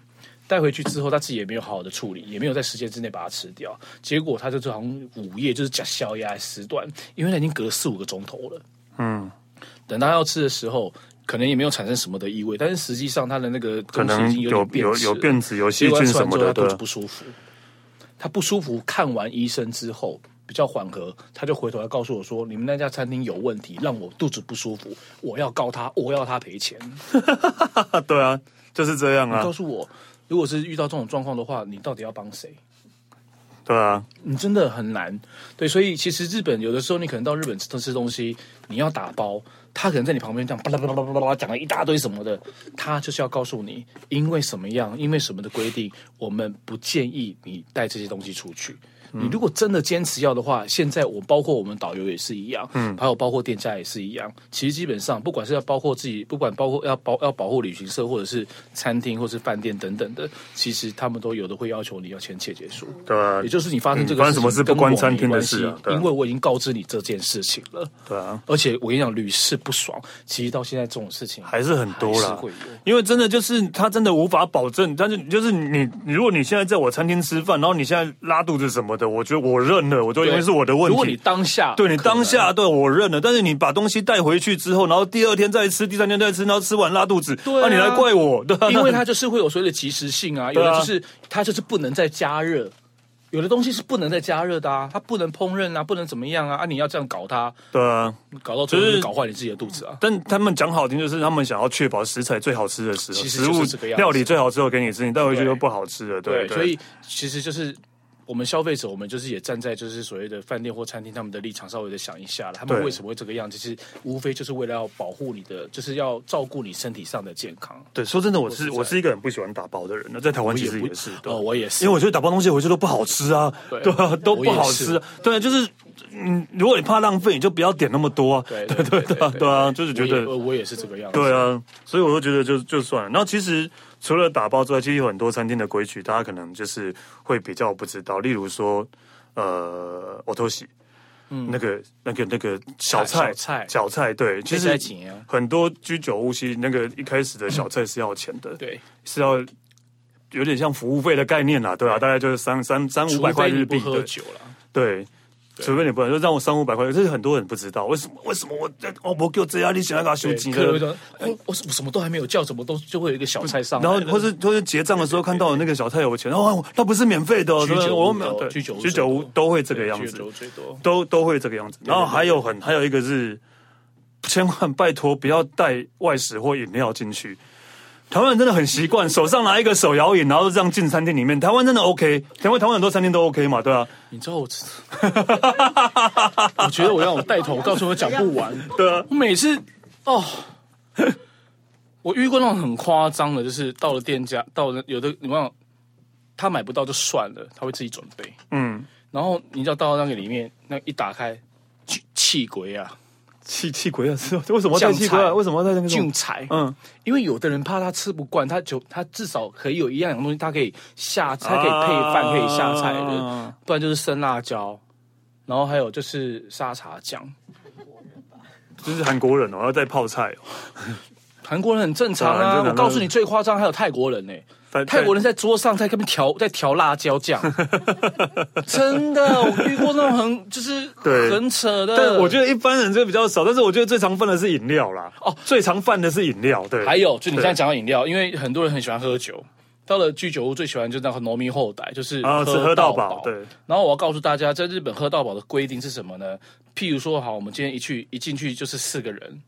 [SPEAKER 2] 带回去之后，他自己也没有好好的处理，也没有在时间之内把它吃掉，结果他就是好像午夜就是假宵夜还是时段，因为他已经隔了四五个钟头了。嗯，等他要吃的时候，可能也没有产生什么的异味，但是实际上他的那个
[SPEAKER 1] 可
[SPEAKER 2] 东西已
[SPEAKER 1] 能
[SPEAKER 2] 经
[SPEAKER 1] 有
[SPEAKER 2] 点变
[SPEAKER 1] 有
[SPEAKER 2] 质
[SPEAKER 1] 有
[SPEAKER 2] 了
[SPEAKER 1] 变质、有细
[SPEAKER 2] 结果
[SPEAKER 1] 菌
[SPEAKER 2] 他吃
[SPEAKER 1] 什
[SPEAKER 2] 完
[SPEAKER 1] 么
[SPEAKER 2] 之
[SPEAKER 1] 的，
[SPEAKER 2] 后他
[SPEAKER 1] 对
[SPEAKER 2] 肚
[SPEAKER 1] 啊
[SPEAKER 2] 子不舒服，他不舒服，看完医生之后比较缓和，他就回头来告诉我说：“你们那家餐厅有问题，让我肚子不舒服，我要告他，我要他赔钱。
[SPEAKER 1] 啊，对啊，就是这样
[SPEAKER 2] 告
[SPEAKER 1] 啊，
[SPEAKER 2] 诉我，如果是遇到这种状况的话，你到底要帮谁？
[SPEAKER 1] 对啊。
[SPEAKER 2] 你真的很难。对，所以其实日本有的时候，你可能到日本吃吃东西，你要打包，他可能在你旁边这样巴拉巴拉巴拉巴拉讲了一大堆什么的，他就是要告诉你，因为什么样，因为什么的规定，我们不建议你带这些东西出去。
[SPEAKER 1] 嗯
[SPEAKER 2] 你如果真的坚持要的话，现在我包括我们导游也是一样，嗯，还有包括店家也是一样。其实基本上，不管是要包括自己，不管包括要保要保护旅行社，或者是餐厅，或是饭店等等的，其实他们都有的会要求你要签切结书。
[SPEAKER 1] 对啊，
[SPEAKER 2] 也就是你发生这个
[SPEAKER 1] 嗯发生什么
[SPEAKER 2] 事情
[SPEAKER 1] 事
[SPEAKER 2] 跟
[SPEAKER 1] 不
[SPEAKER 2] 我
[SPEAKER 1] 关餐厅
[SPEAKER 2] 没
[SPEAKER 1] 的
[SPEAKER 2] 关
[SPEAKER 1] 事啊
[SPEAKER 2] 系
[SPEAKER 1] 对啊
[SPEAKER 2] 因为我已经告知你这件事情了。
[SPEAKER 1] 对啊，
[SPEAKER 2] 而且我跟你讲，屡试不爽。其实到现在这种事情
[SPEAKER 1] 还是很多
[SPEAKER 2] 还是
[SPEAKER 1] 啦
[SPEAKER 2] 会有。
[SPEAKER 1] 因为真的就是他真的无法保证，但是就是你，你如果你现在在我餐厅吃饭，然后你现在拉肚子什么的，的，我觉得我认了，我就因为是我的问
[SPEAKER 2] 如果你
[SPEAKER 1] 题。
[SPEAKER 2] 当下
[SPEAKER 1] 对你当
[SPEAKER 2] 可能啊
[SPEAKER 1] 下对我认了，但是你把东西带回去之后，然后第二天再吃，第三天再吃，然后吃完拉肚子，
[SPEAKER 2] 对啊
[SPEAKER 1] 你来怪我，对啊、
[SPEAKER 2] 因为
[SPEAKER 1] 那
[SPEAKER 2] 它就是会有所谓的及时性啊，有
[SPEAKER 1] 对啊
[SPEAKER 2] 的就是它就是不能再加热，有的东西是不能再加热的啊，它不能烹饪啊，不能怎么样啊，啊你要这样搞它，
[SPEAKER 1] 对啊，
[SPEAKER 2] 搞到最后
[SPEAKER 1] 就是
[SPEAKER 2] 就搞坏你自己的肚子啊。
[SPEAKER 1] 但他们讲好听就是他们想要确保食材最好吃的时候，
[SPEAKER 2] 其实
[SPEAKER 1] 食
[SPEAKER 2] 就是
[SPEAKER 1] 物
[SPEAKER 2] 这个样子
[SPEAKER 1] 料理最好吃的给你吃，你带回去
[SPEAKER 2] 对
[SPEAKER 1] 就不好吃了，对
[SPEAKER 2] 对，所以其实就是我们消费者，我们就是也站在就是所谓的饭店或餐厅他们的立场稍微的想一下了，他们
[SPEAKER 1] 对
[SPEAKER 2] 为什么会这个样子？其实无非就是为了要保护你的，就是要照顾你身体上的健康。
[SPEAKER 1] 对，说真的，我是
[SPEAKER 2] 我是
[SPEAKER 1] 我是一个很不喜欢打包的人，那在台湾其实
[SPEAKER 2] 不
[SPEAKER 1] 也是，对啊
[SPEAKER 2] 哦，我也是
[SPEAKER 1] 因为，我觉得打包东西回去都不好吃啊，
[SPEAKER 2] 对
[SPEAKER 1] 对啊，都不好
[SPEAKER 2] 我
[SPEAKER 1] 吃
[SPEAKER 2] 也
[SPEAKER 1] 啊，对啊，就是嗯，如果你怕浪费，你就不要点那么多啊，
[SPEAKER 2] 对
[SPEAKER 1] 对对
[SPEAKER 2] 对对
[SPEAKER 1] 啊
[SPEAKER 2] 对
[SPEAKER 1] 对啊，就是觉
[SPEAKER 2] 我也
[SPEAKER 1] 得
[SPEAKER 2] 我我也是这个样子。
[SPEAKER 1] 对啊，所以我就觉得就就算了。然后其实除了打包之外，其实有很多餐厅的规矩，大家可能就是会比较不知道，例如说呃，我偷喜。那个、那个、那个小菜、
[SPEAKER 2] 小嗯菜
[SPEAKER 1] 小菜，对，其
[SPEAKER 2] 在
[SPEAKER 1] 实
[SPEAKER 2] 一起啊
[SPEAKER 1] 很多居酒屋其实那个一开始的小菜是要钱的，
[SPEAKER 2] 对，
[SPEAKER 1] 是要有点像服务费的概念啦，对啊，大概就是三三三五
[SPEAKER 2] 除
[SPEAKER 1] 百块
[SPEAKER 2] 非
[SPEAKER 1] 日
[SPEAKER 2] 你不
[SPEAKER 1] 币，
[SPEAKER 2] 喝
[SPEAKER 1] 对
[SPEAKER 2] 酒了。
[SPEAKER 1] 对，除非你不能就让我三五百块，这是很多人不知道为什么为什么我我不给我这样，你想要给他修
[SPEAKER 2] 对
[SPEAKER 1] 几
[SPEAKER 2] 客人会
[SPEAKER 1] 个？
[SPEAKER 2] 说，哎我我什么都还没有叫，怎么都就会有一个小菜上来
[SPEAKER 1] 然
[SPEAKER 2] 了，
[SPEAKER 1] 后或是或是结账的时候看到有那个小太有钱，哦，那不是免费的哦，
[SPEAKER 2] 居
[SPEAKER 1] 对
[SPEAKER 2] 酒
[SPEAKER 1] 我
[SPEAKER 2] 屋
[SPEAKER 1] 没有对
[SPEAKER 2] 居酒屋
[SPEAKER 1] 居酒屋
[SPEAKER 2] 最多
[SPEAKER 1] 都会这
[SPEAKER 2] 这
[SPEAKER 1] 个样子，
[SPEAKER 2] 最多。
[SPEAKER 1] 都都会这个样子。然后还有很还有一个是，千万拜托不要带外食或饮料进去。台湾人真的很习 惯，手上拿一个手摇饮，然后这样进餐厅里面。台湾真的 OK，台湾台湾很多餐厅都 OK 嘛，对啊，
[SPEAKER 2] 你知道我， 我觉得我要我带头，我告诉我讲不完。
[SPEAKER 1] 对啊，
[SPEAKER 2] 我每次哦， 我遇过那种很夸张的，就是到了店家，到了有的你忘了，他买不到就算了，他会自己准备。
[SPEAKER 1] 嗯，
[SPEAKER 2] 然后你知道到那个里面，那一打开，气气鬼啊，
[SPEAKER 1] 气气鬼啊，是为什么要带气鬼
[SPEAKER 2] 酱
[SPEAKER 1] 啊？
[SPEAKER 2] 菜
[SPEAKER 1] 为什么要带那个什
[SPEAKER 2] 俊
[SPEAKER 1] 么？
[SPEAKER 2] 才，
[SPEAKER 1] 嗯，
[SPEAKER 2] 因为有的人怕他吃不惯，他就他至少可以有一样样东西，他可以下，
[SPEAKER 1] 啊
[SPEAKER 2] 他可以配饭，可以下菜的，不然就是生辣椒，然后还有就是沙茶酱。
[SPEAKER 1] 就是韩国人哦，要带泡菜哦，
[SPEAKER 2] 韩国人很正常
[SPEAKER 1] 对啊很
[SPEAKER 2] 啊，
[SPEAKER 1] 正常
[SPEAKER 2] 我告诉你最夸张，还有泰国人呢、
[SPEAKER 1] 带
[SPEAKER 2] 泰国人在桌上在那边调在调辣 椒酱，真的，我遇过那种很就是
[SPEAKER 1] 对
[SPEAKER 2] 很扯的。
[SPEAKER 1] 带但我觉得一般人就比较少，但是我觉得最常犯的是饮料啦。哦
[SPEAKER 2] 哦，
[SPEAKER 1] 最常犯的是饮料，对。
[SPEAKER 2] 还有，就你现在讲到饮料，因为很多人很喜欢喝酒，到了居酒屋最喜欢就是那个浓密后代，就是
[SPEAKER 1] 啊是喝到饱对。
[SPEAKER 2] 然后我要告诉大家，在日本喝到饱的规定是什么呢？譬如说，好，我们今天一去一进去就是四个人，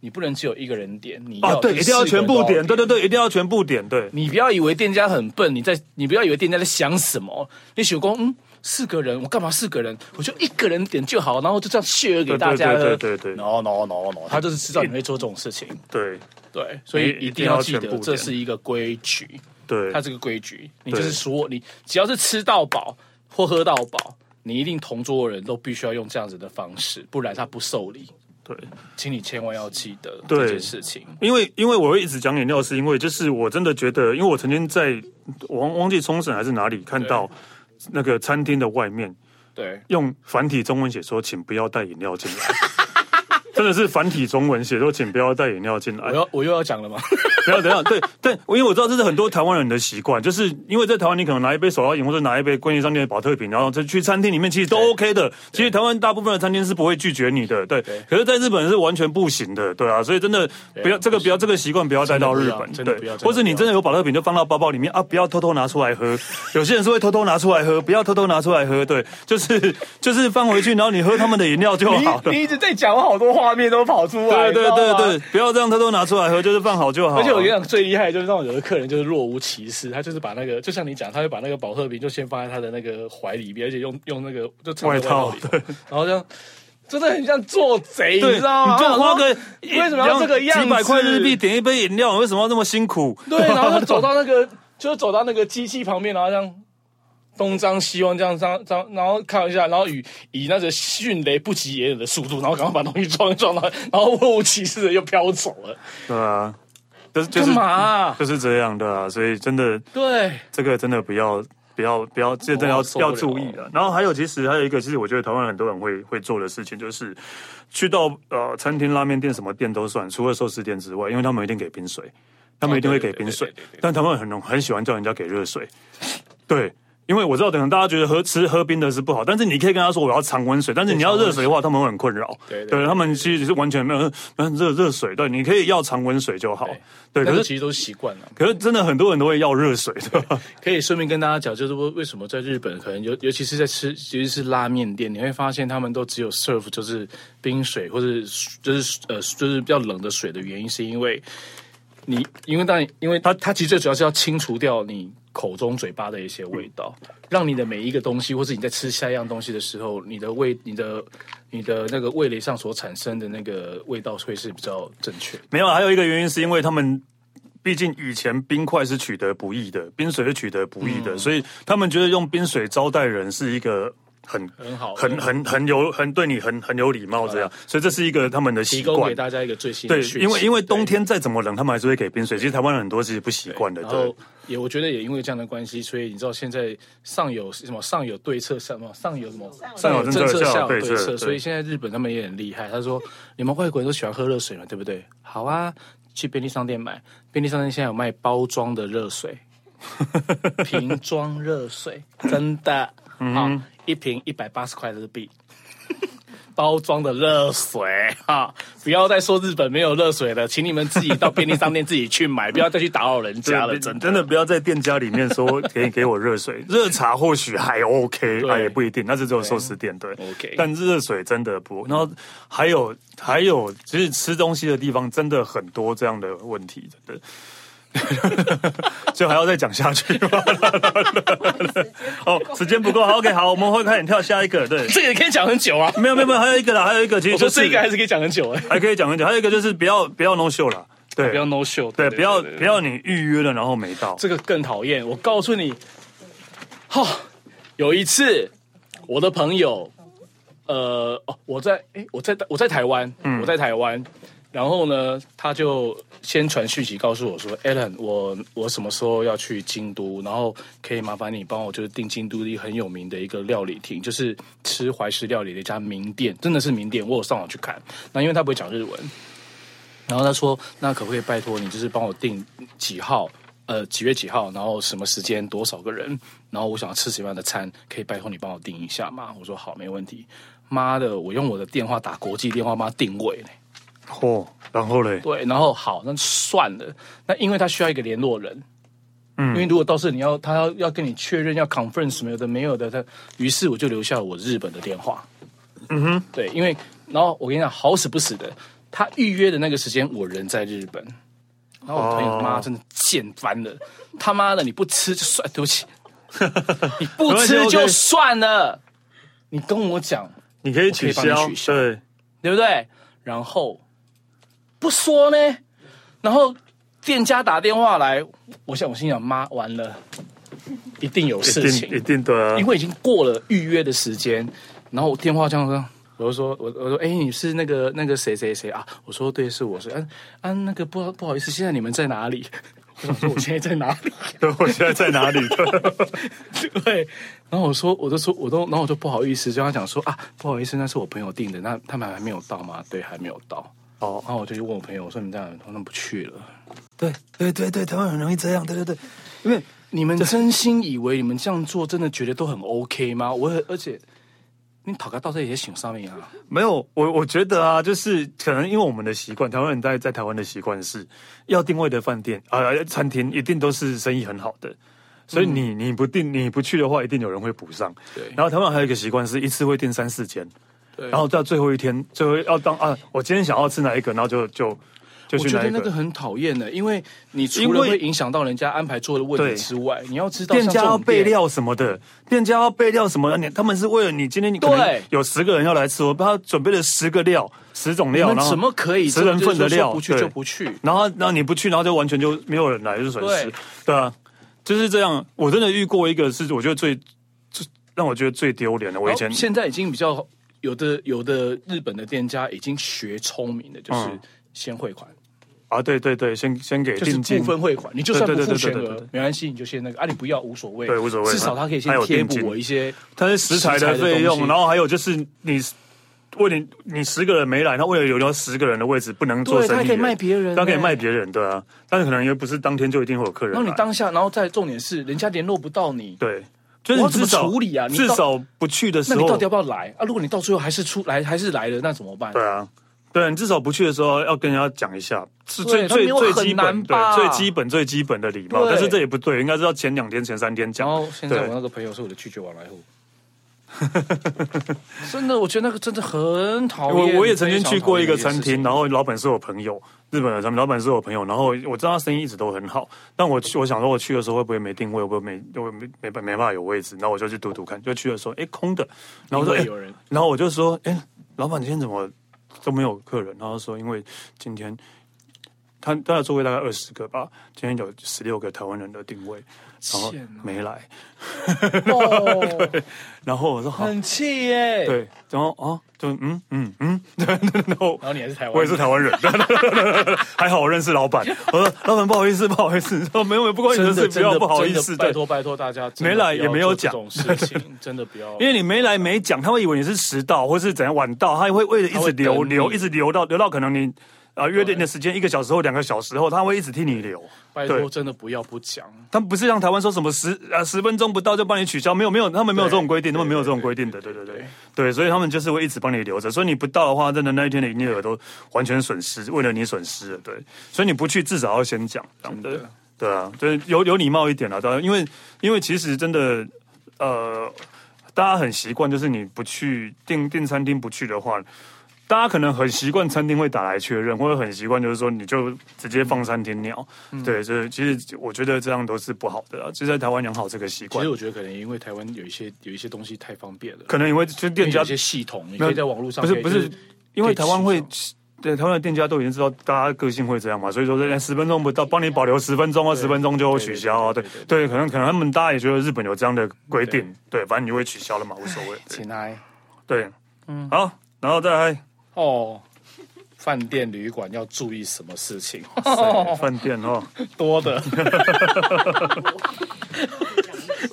[SPEAKER 2] 你不能只有一个人点，你要、
[SPEAKER 1] 啊，对，一定要全部点，对对。对，一定要全部点，对。
[SPEAKER 2] 你不要以为店家很笨，你在你不要以为店家在想什么，你想说嗯。四个人，我干嘛四个人？我就一个人点就好，然后就这样 share 给大家喝。
[SPEAKER 1] 对对对对对
[SPEAKER 2] No no no no，他就是知道你会做这种事情，
[SPEAKER 1] 对
[SPEAKER 2] 对，所以
[SPEAKER 1] 你一
[SPEAKER 2] 一
[SPEAKER 1] 定
[SPEAKER 2] 定
[SPEAKER 1] 要
[SPEAKER 2] 要记
[SPEAKER 1] 全部
[SPEAKER 2] 得
[SPEAKER 1] 点
[SPEAKER 2] 这是一个规矩，
[SPEAKER 1] 对，
[SPEAKER 2] 它这个规矩，你
[SPEAKER 1] 对
[SPEAKER 2] 就是说你只要是吃到饱或喝到饱，你一定同桌的人都必须要用这样子的方式，不然他不受理，
[SPEAKER 1] 对，
[SPEAKER 2] 请你千万要记得
[SPEAKER 1] 对
[SPEAKER 2] 这件事情。
[SPEAKER 1] 因为因为我会一直讲饮料，是因为就是我真的觉得，因为我曾经在我忘忘记冲绳还是哪里看到那个餐厅的外面
[SPEAKER 2] 对，
[SPEAKER 1] 用繁体中文写说，请不要带饮料进来。 真的是繁体中文写说，请不要带饮料进来
[SPEAKER 2] 我。要我又要讲了吗？
[SPEAKER 1] 等一下等一下，对，但因为我知道这是很多台湾人的习惯，就是因为在台湾，你可能拿一杯手摇饮或者拿一杯便利商店的保特瓶，然后再去餐厅里面，其实都 OK 的。其实台湾大部分的餐厅是不会拒绝你的，对。可是，在日本是完全不行的，对啊。所以真的不要这个不要这个习惯不要带到日本，
[SPEAKER 2] 真的不要真的不
[SPEAKER 1] 对
[SPEAKER 2] 要。真的不
[SPEAKER 1] 或
[SPEAKER 2] 要
[SPEAKER 1] 者你真的有保特瓶就放到包包里面啊，不要偷偷拿出来喝。有些人是会偷偷拿出来喝，不要偷偷拿出来喝，对，就是就是放回去，然后你喝他们的饮料就好了。
[SPEAKER 2] 你一直在讲，我好多画面都跑出
[SPEAKER 1] 对
[SPEAKER 2] 你知
[SPEAKER 1] 对
[SPEAKER 2] 道
[SPEAKER 1] 对
[SPEAKER 2] 吗
[SPEAKER 1] 对，不要这样偷偷拿出来喝，就是放好就好。
[SPEAKER 2] 而且我跟你讲，最厉害的就是那种有的客人就是若无其事，他就是把那个，就像你讲，他会把那个保特瓶就先放在他的那个怀里边，而且用用那个就藏在
[SPEAKER 1] 外
[SPEAKER 2] 外
[SPEAKER 1] 套
[SPEAKER 2] 套里头，然后这样，真的很像做贼，你
[SPEAKER 1] 对，
[SPEAKER 2] 知道吗？
[SPEAKER 1] 你就花个
[SPEAKER 2] 为什么要这个样子
[SPEAKER 1] 几百块日币点一杯饮料，你为什么要这么辛苦？
[SPEAKER 2] 对，然后就走到那个，就是走到那个机器旁边，然后这样东张西望，这样张张，然后看一下，然后以以那个迅雷不及掩耳的速度，然后赶快把东西装一装，然后然后若无其事的又飘走了，
[SPEAKER 1] 对啊，就是就
[SPEAKER 2] 干
[SPEAKER 1] 是
[SPEAKER 2] 嘛啊、
[SPEAKER 1] 就是这样的啊，所以真的
[SPEAKER 2] 对。
[SPEAKER 1] 这个真的不要不要不要，这真的要、
[SPEAKER 2] 哦受不了
[SPEAKER 1] 要注意啊。然后还有，其实还有一个，其实我觉得台湾很多人会会做的事情，就是去到呃餐厅、拉面店、什么店都算，除了寿司店之外，因为他们一定给冰水，他们一定会给冰水
[SPEAKER 2] 哦对对对对对，
[SPEAKER 1] 但他们很很喜欢叫人家给热水，对。因为我知道，可能大家觉得喝吃喝冰的是不好，但是你可以跟他说我要常温水，但是你要热水的话，他们会很困扰。
[SPEAKER 2] 对对
[SPEAKER 1] 对，他们其实是完全没有嗯热热水，对，你可以要常温水就好。对，
[SPEAKER 2] 但
[SPEAKER 1] 可
[SPEAKER 2] 是
[SPEAKER 1] 是
[SPEAKER 2] 其实都是习惯了。
[SPEAKER 1] 可是真的很多人都会要热水的，
[SPEAKER 2] 可以顺便跟大家讲，就是为为什么在日本，可能尤尤其是在吃，尤其是拉面店，你会发现他们都只有 serve 就是冰水或者就是呃就是比较冷的水的原因，是因为你因为当然因为它它其实最主要是要清除掉你口中嘴巴的一些味道，让你的每一个东西，或是你在吃下一样东西的时候，你的味你的你的那个味蕾上所产生的那个味道会是比较正确的。
[SPEAKER 1] 没有，啊还有一个原因是因为他们。毕竟以前冰块是取得不易的，冰水是取得不易
[SPEAKER 2] 嗯
[SPEAKER 1] 的，所以他们觉得用冰水招待人是一个很
[SPEAKER 2] 很好嗯
[SPEAKER 1] 很很很有很对你很很有礼貌这样，所以这是一个他们的习
[SPEAKER 2] 提供
[SPEAKER 1] 惯
[SPEAKER 2] 给。大家一个最新的
[SPEAKER 1] 对
[SPEAKER 2] 讯，息
[SPEAKER 1] 因为因为
[SPEAKER 2] 对
[SPEAKER 1] 冬天再怎么冷，他们还是会给冰水。其实台湾人很多其实不习惯的，
[SPEAKER 2] 然
[SPEAKER 1] 对
[SPEAKER 2] 后也我觉得也因为这样的关系，所以你知道现在上有什么上有对策什么上有什么
[SPEAKER 1] 上有政策
[SPEAKER 2] 策
[SPEAKER 1] 下有
[SPEAKER 2] 有
[SPEAKER 1] 对
[SPEAKER 2] 对
[SPEAKER 1] 策对
[SPEAKER 2] 所以现在日本他们也很厉害。他说你们外国人都喜欢喝热水嘛，对不对？好啊，去便利商店买，便利商店现在有卖包装的热水，瓶装热水，真的，
[SPEAKER 1] 嗯
[SPEAKER 2] 好一瓶一百八十块日币。包装的热水哈、不要再说日本没有热水了，请你们自己到便利商店自己去买，不要再去打扰人家了，
[SPEAKER 1] 对
[SPEAKER 2] 真的。
[SPEAKER 1] 真的不要在店家里面 说给给我热水，热茶或许还 OK，
[SPEAKER 2] 对
[SPEAKER 1] 哎也不一定，那是只有寿司店对
[SPEAKER 2] OK
[SPEAKER 1] 但热水真的不，然后还有还有，其实吃东西的地方真的很多这样的问题，真的。 所以还要再讲下去吗？ 哦，时间不够，好，OK，好，我们会快点跳下一个。对，
[SPEAKER 2] 这个也可以讲很久 啊。
[SPEAKER 1] 没有没有没有，还有一个啦，还有一个，其实
[SPEAKER 2] 我
[SPEAKER 1] 就
[SPEAKER 2] 说
[SPEAKER 1] 是
[SPEAKER 2] 这个还是可以讲很久哎、
[SPEAKER 1] 还可以讲很久，还有一个就是不要不要 no show 啦，对，
[SPEAKER 2] 啊不要 no show，
[SPEAKER 1] 对，不要
[SPEAKER 2] 对对
[SPEAKER 1] 不要你预约了然后没到，
[SPEAKER 2] 这个更讨厌。我告诉你，哈、有一次我的朋友，呃，哦，我在诶，我在我在台湾，我在台湾，然后呢，他就先传讯息告诉我说 a l a n 我我什么时候要去京都，然后可以麻烦你帮我就是订京都一个很有名的一个料理厅，就是吃怀石料理的一家名店，真的是名店，我有上网去看。那因为他不会讲日文。然后他说：“那可不可以拜托你，就是帮我订几号，呃，几月几号，然后什么时间，多少个人，然后我想要吃什么样的餐，可以拜托你帮我订一下吗？”我说：“好，没问题。”妈的，我用我的电话打国际电话，妈定位呢。
[SPEAKER 1] 嚯、然后嘞，
[SPEAKER 2] 对，然后好，那算了。那因为他需要一个联络人，嗯，因为如果到时候你要他要要跟你确认要 conference 什么有的没有的，他于是我就留下了我日本的电话。嗯哼，对，因为然后我跟你讲，好死不死的，他预约的那个时间我人在日本，然后我朋友
[SPEAKER 1] 哦
[SPEAKER 2] 妈真的贱翻了，他妈的你不吃就算，对不 起，你
[SPEAKER 1] 没
[SPEAKER 2] 不
[SPEAKER 1] 关系
[SPEAKER 2] 吃
[SPEAKER 1] OK
[SPEAKER 2] 就算了，你跟我讲
[SPEAKER 1] 你可以取
[SPEAKER 2] 我可以
[SPEAKER 1] 消，
[SPEAKER 2] 帮你取消
[SPEAKER 1] 对，
[SPEAKER 2] 对不对？然后不说呢，然后店家打电话来，我想我心想妈完了，一定有事
[SPEAKER 1] 一定一
[SPEAKER 2] 情，
[SPEAKER 1] 定的、啊
[SPEAKER 2] 因，为已经过了预约的时间，然后我电话这样说。我就说，我我说，哎、你是那个那个谁谁谁啊？我说对，是我是，嗯、啊、那个不好不好意思，现在你们在哪里？ 我想说我现在在哪里？
[SPEAKER 1] 对，我现在在哪 里？
[SPEAKER 2] 对，然后我说，我就说，我都，然后我就不好意思，就跟他讲说啊，不好意思，那是我朋友订的，那他们还没有到吗？对，还没有到。
[SPEAKER 1] 哦，
[SPEAKER 2] 然后我就去问我朋友，我说你们这样，他们不去了。
[SPEAKER 1] 对对对对，台湾很容易这样，对对对，
[SPEAKER 2] 因为你们真心以为你们这样做真的觉得都很 OK 吗？ 我很而且你讨个到这也行上面啊，
[SPEAKER 1] 没有，我我觉得啊，就是可能因为我们的习惯，台湾人在在台湾的习惯是要定位的饭店啊、呃餐厅一定都是生意很好的。所以你你不定你不去的话，一定有人会补上。
[SPEAKER 2] 对
[SPEAKER 1] 然后台湾还有一个习惯是一次会订三四间，
[SPEAKER 2] 对
[SPEAKER 1] 然后到最后一天，最后要当啊，我今天想要吃哪一个，然后就就就
[SPEAKER 2] 我
[SPEAKER 1] 去
[SPEAKER 2] 觉
[SPEAKER 1] 哪
[SPEAKER 2] 得
[SPEAKER 1] 一
[SPEAKER 2] 那个
[SPEAKER 1] 个。
[SPEAKER 2] 很讨厌的，因为你
[SPEAKER 1] 因
[SPEAKER 2] 除
[SPEAKER 1] 为
[SPEAKER 2] 了会影响到人家安排座位的问
[SPEAKER 1] 对
[SPEAKER 2] 题之外，你要知道
[SPEAKER 1] 店家要
[SPEAKER 2] 像这种
[SPEAKER 1] 备，
[SPEAKER 2] 店
[SPEAKER 1] 料什么的，店家要备料什么的，你他们是为了你今天你可能
[SPEAKER 2] 对
[SPEAKER 1] 有十个人要来吃，我他准备了十个料，十种
[SPEAKER 2] 你
[SPEAKER 1] 料，
[SPEAKER 2] 们
[SPEAKER 1] 然后
[SPEAKER 2] 怎么可以
[SPEAKER 1] 十人份的
[SPEAKER 2] 就是说
[SPEAKER 1] 料
[SPEAKER 2] 不去
[SPEAKER 1] 对
[SPEAKER 2] 就不去？
[SPEAKER 1] 然后然后你不去，然后就完全就没有人来，就损失
[SPEAKER 2] 对。
[SPEAKER 1] 对啊，就是这样。我真的遇过一个是我觉得最最让我觉得最丢脸的，我以前
[SPEAKER 2] 然后现在已经比较有的有的日本的店家已经学聪明了，就是
[SPEAKER 1] 嗯
[SPEAKER 2] 先汇款。
[SPEAKER 1] 啊，对对对，先先给
[SPEAKER 2] 就是
[SPEAKER 1] 定金
[SPEAKER 2] 部，分汇款，你就算
[SPEAKER 1] 对
[SPEAKER 2] 不
[SPEAKER 1] 对
[SPEAKER 2] 付
[SPEAKER 1] 对对
[SPEAKER 2] 全
[SPEAKER 1] 对对
[SPEAKER 2] 额
[SPEAKER 1] 对，
[SPEAKER 2] 没关系，你就先那个啊，你不要无所谓，
[SPEAKER 1] 对无所谓
[SPEAKER 2] 至少他可以
[SPEAKER 1] 还
[SPEAKER 2] 先
[SPEAKER 1] 有
[SPEAKER 2] 贴
[SPEAKER 1] 定金
[SPEAKER 2] 补我一些，
[SPEAKER 1] 它是食材的费
[SPEAKER 2] 食材的东
[SPEAKER 1] 用，
[SPEAKER 2] 西
[SPEAKER 1] 然后还有就是你为你你十个人没来，他为了留到十个人的位置，不能做
[SPEAKER 2] 对
[SPEAKER 1] 生意，
[SPEAKER 2] 他可以卖别人
[SPEAKER 1] 他可以
[SPEAKER 2] 欸
[SPEAKER 1] 卖别人，对啊，但是可能也不是当天就一定会有客人来，啊
[SPEAKER 2] 然后你当下，然后再重点是人家联络不到你，
[SPEAKER 1] 对。就是
[SPEAKER 2] 我
[SPEAKER 1] 你
[SPEAKER 2] 要
[SPEAKER 1] 至
[SPEAKER 2] 怎么
[SPEAKER 1] 少
[SPEAKER 2] 处理啊？你
[SPEAKER 1] 至
[SPEAKER 2] 到
[SPEAKER 1] 少不去的时
[SPEAKER 2] 那你
[SPEAKER 1] 候
[SPEAKER 2] 到底，要不要来啊？如果你到最后还是出来，还是来了，那怎么办？
[SPEAKER 1] 对啊，对你至少不去的时候要跟人家讲一下，是最
[SPEAKER 2] 对他没
[SPEAKER 1] 最
[SPEAKER 2] 有
[SPEAKER 1] 最
[SPEAKER 2] 很
[SPEAKER 1] 基
[SPEAKER 2] 难
[SPEAKER 1] 本
[SPEAKER 2] 吧
[SPEAKER 1] 对最基本最基本的礼貌。
[SPEAKER 2] 对
[SPEAKER 1] 但是这也不对，应该是要前两天前三天
[SPEAKER 2] 然
[SPEAKER 1] 讲。
[SPEAKER 2] 后现在
[SPEAKER 1] 对
[SPEAKER 2] 我那个朋友是我的拒绝往来 户，真的，我觉得那个真的很讨
[SPEAKER 1] 哦我
[SPEAKER 2] 厌。
[SPEAKER 1] 我也曾经去过一个餐厅，然
[SPEAKER 2] 后
[SPEAKER 1] 后老板是我朋友，日本的，他们老板是我朋友，然后我知道他生意一直都很好，但我去我想说我去的时候会不会没定位，会不会没会没没没办法有位置，然后我就去赌赌看，就去的时候哎空的，然后我说
[SPEAKER 2] 会
[SPEAKER 1] 哎
[SPEAKER 2] 有人
[SPEAKER 1] 然后我就说：“哎，老板，今天怎么都没有客人？”然后说：“因为今天他他的座位大概二十个吧，今天有十六个台湾人的定位，然后
[SPEAKER 2] 贱哦
[SPEAKER 1] 没来。
[SPEAKER 2] 哦，
[SPEAKER 1] 然后我说：“好，
[SPEAKER 2] 很气耶。，
[SPEAKER 1] 对。”然后哦，就嗯嗯嗯，对。然后
[SPEAKER 2] 然后你还是台湾人，
[SPEAKER 1] 我也是台湾 人，还好我认识老板。我说：“老板，不好意思，不好意思。”说：“没有，没有不关你的
[SPEAKER 2] 真
[SPEAKER 1] 事，
[SPEAKER 2] 的
[SPEAKER 1] 不
[SPEAKER 2] 真的
[SPEAKER 1] 要不好意思。”
[SPEAKER 2] 真的拜
[SPEAKER 1] 对。
[SPEAKER 2] 托拜托大家，真的
[SPEAKER 1] 没来
[SPEAKER 2] 不要
[SPEAKER 1] 也没有
[SPEAKER 2] 做这种事情，真的 不要。
[SPEAKER 1] 因为你没来没讲，他会以为你是迟到或是怎样晚到，他也会为了一
[SPEAKER 2] 他会
[SPEAKER 1] 直留
[SPEAKER 2] 等你
[SPEAKER 1] 留，一直留到留到可能你呃约定的时间一个小时后、两个小时后，他会一直替你留。
[SPEAKER 2] 拜托，
[SPEAKER 1] 对
[SPEAKER 2] 真的不要不讲。
[SPEAKER 1] 他们不是像台湾说什么十呃十分钟不到就帮你取消，没有没有，他们没有
[SPEAKER 2] 对
[SPEAKER 1] 这种规定，
[SPEAKER 2] 对
[SPEAKER 1] 他们没有这种
[SPEAKER 2] 对
[SPEAKER 1] 规定的，对对对
[SPEAKER 2] 对
[SPEAKER 1] 对所以他们就是会一直帮你留着，所以你不到的话，真的那一天的营业额都完全损失，为了你损失了，对，所以你不去至少要先讲，这样
[SPEAKER 2] 真的
[SPEAKER 1] 对对啊，就是有有礼貌一点啦，啊当然，因为因为其实真的呃，大家很习惯，就是你不去订订餐厅不去的话。大家可能很习惯餐厅会打来确认，或者很习惯就是说你就直接放餐厅鸟，
[SPEAKER 2] 嗯
[SPEAKER 1] 对，所以其实我觉得这样都是不好的、啊。其实在台湾养好这个习
[SPEAKER 2] 其
[SPEAKER 1] 惯
[SPEAKER 2] 实，我觉得可能因为台湾有一些有一些东西太方便了，
[SPEAKER 1] 可能因为就
[SPEAKER 2] 因为
[SPEAKER 1] 店
[SPEAKER 2] 有
[SPEAKER 1] 家
[SPEAKER 2] 一些系统，
[SPEAKER 1] 没
[SPEAKER 2] 你
[SPEAKER 1] 有
[SPEAKER 2] 可以在网络上
[SPEAKER 1] 不是
[SPEAKER 2] 可以
[SPEAKER 1] 不，
[SPEAKER 2] 就是
[SPEAKER 1] 因为台湾
[SPEAKER 2] 可以
[SPEAKER 1] 会
[SPEAKER 2] 吃。
[SPEAKER 1] 对台湾的店家都已经知道大家个性会这样嘛，所以说十分钟不到，帮你保留十分钟啊，十分钟就会取消啊。
[SPEAKER 2] 对
[SPEAKER 1] 对
[SPEAKER 2] 对
[SPEAKER 1] 对，可能可能他们大家也觉得日本有这样的规定，对，反正你就会取消了嘛，无所谓。对
[SPEAKER 2] 请来
[SPEAKER 1] 对，嗯，好，然后再来
[SPEAKER 2] 哦。饭店、旅馆要注意什么 事情？
[SPEAKER 1] 对饭店哦，
[SPEAKER 2] 多的。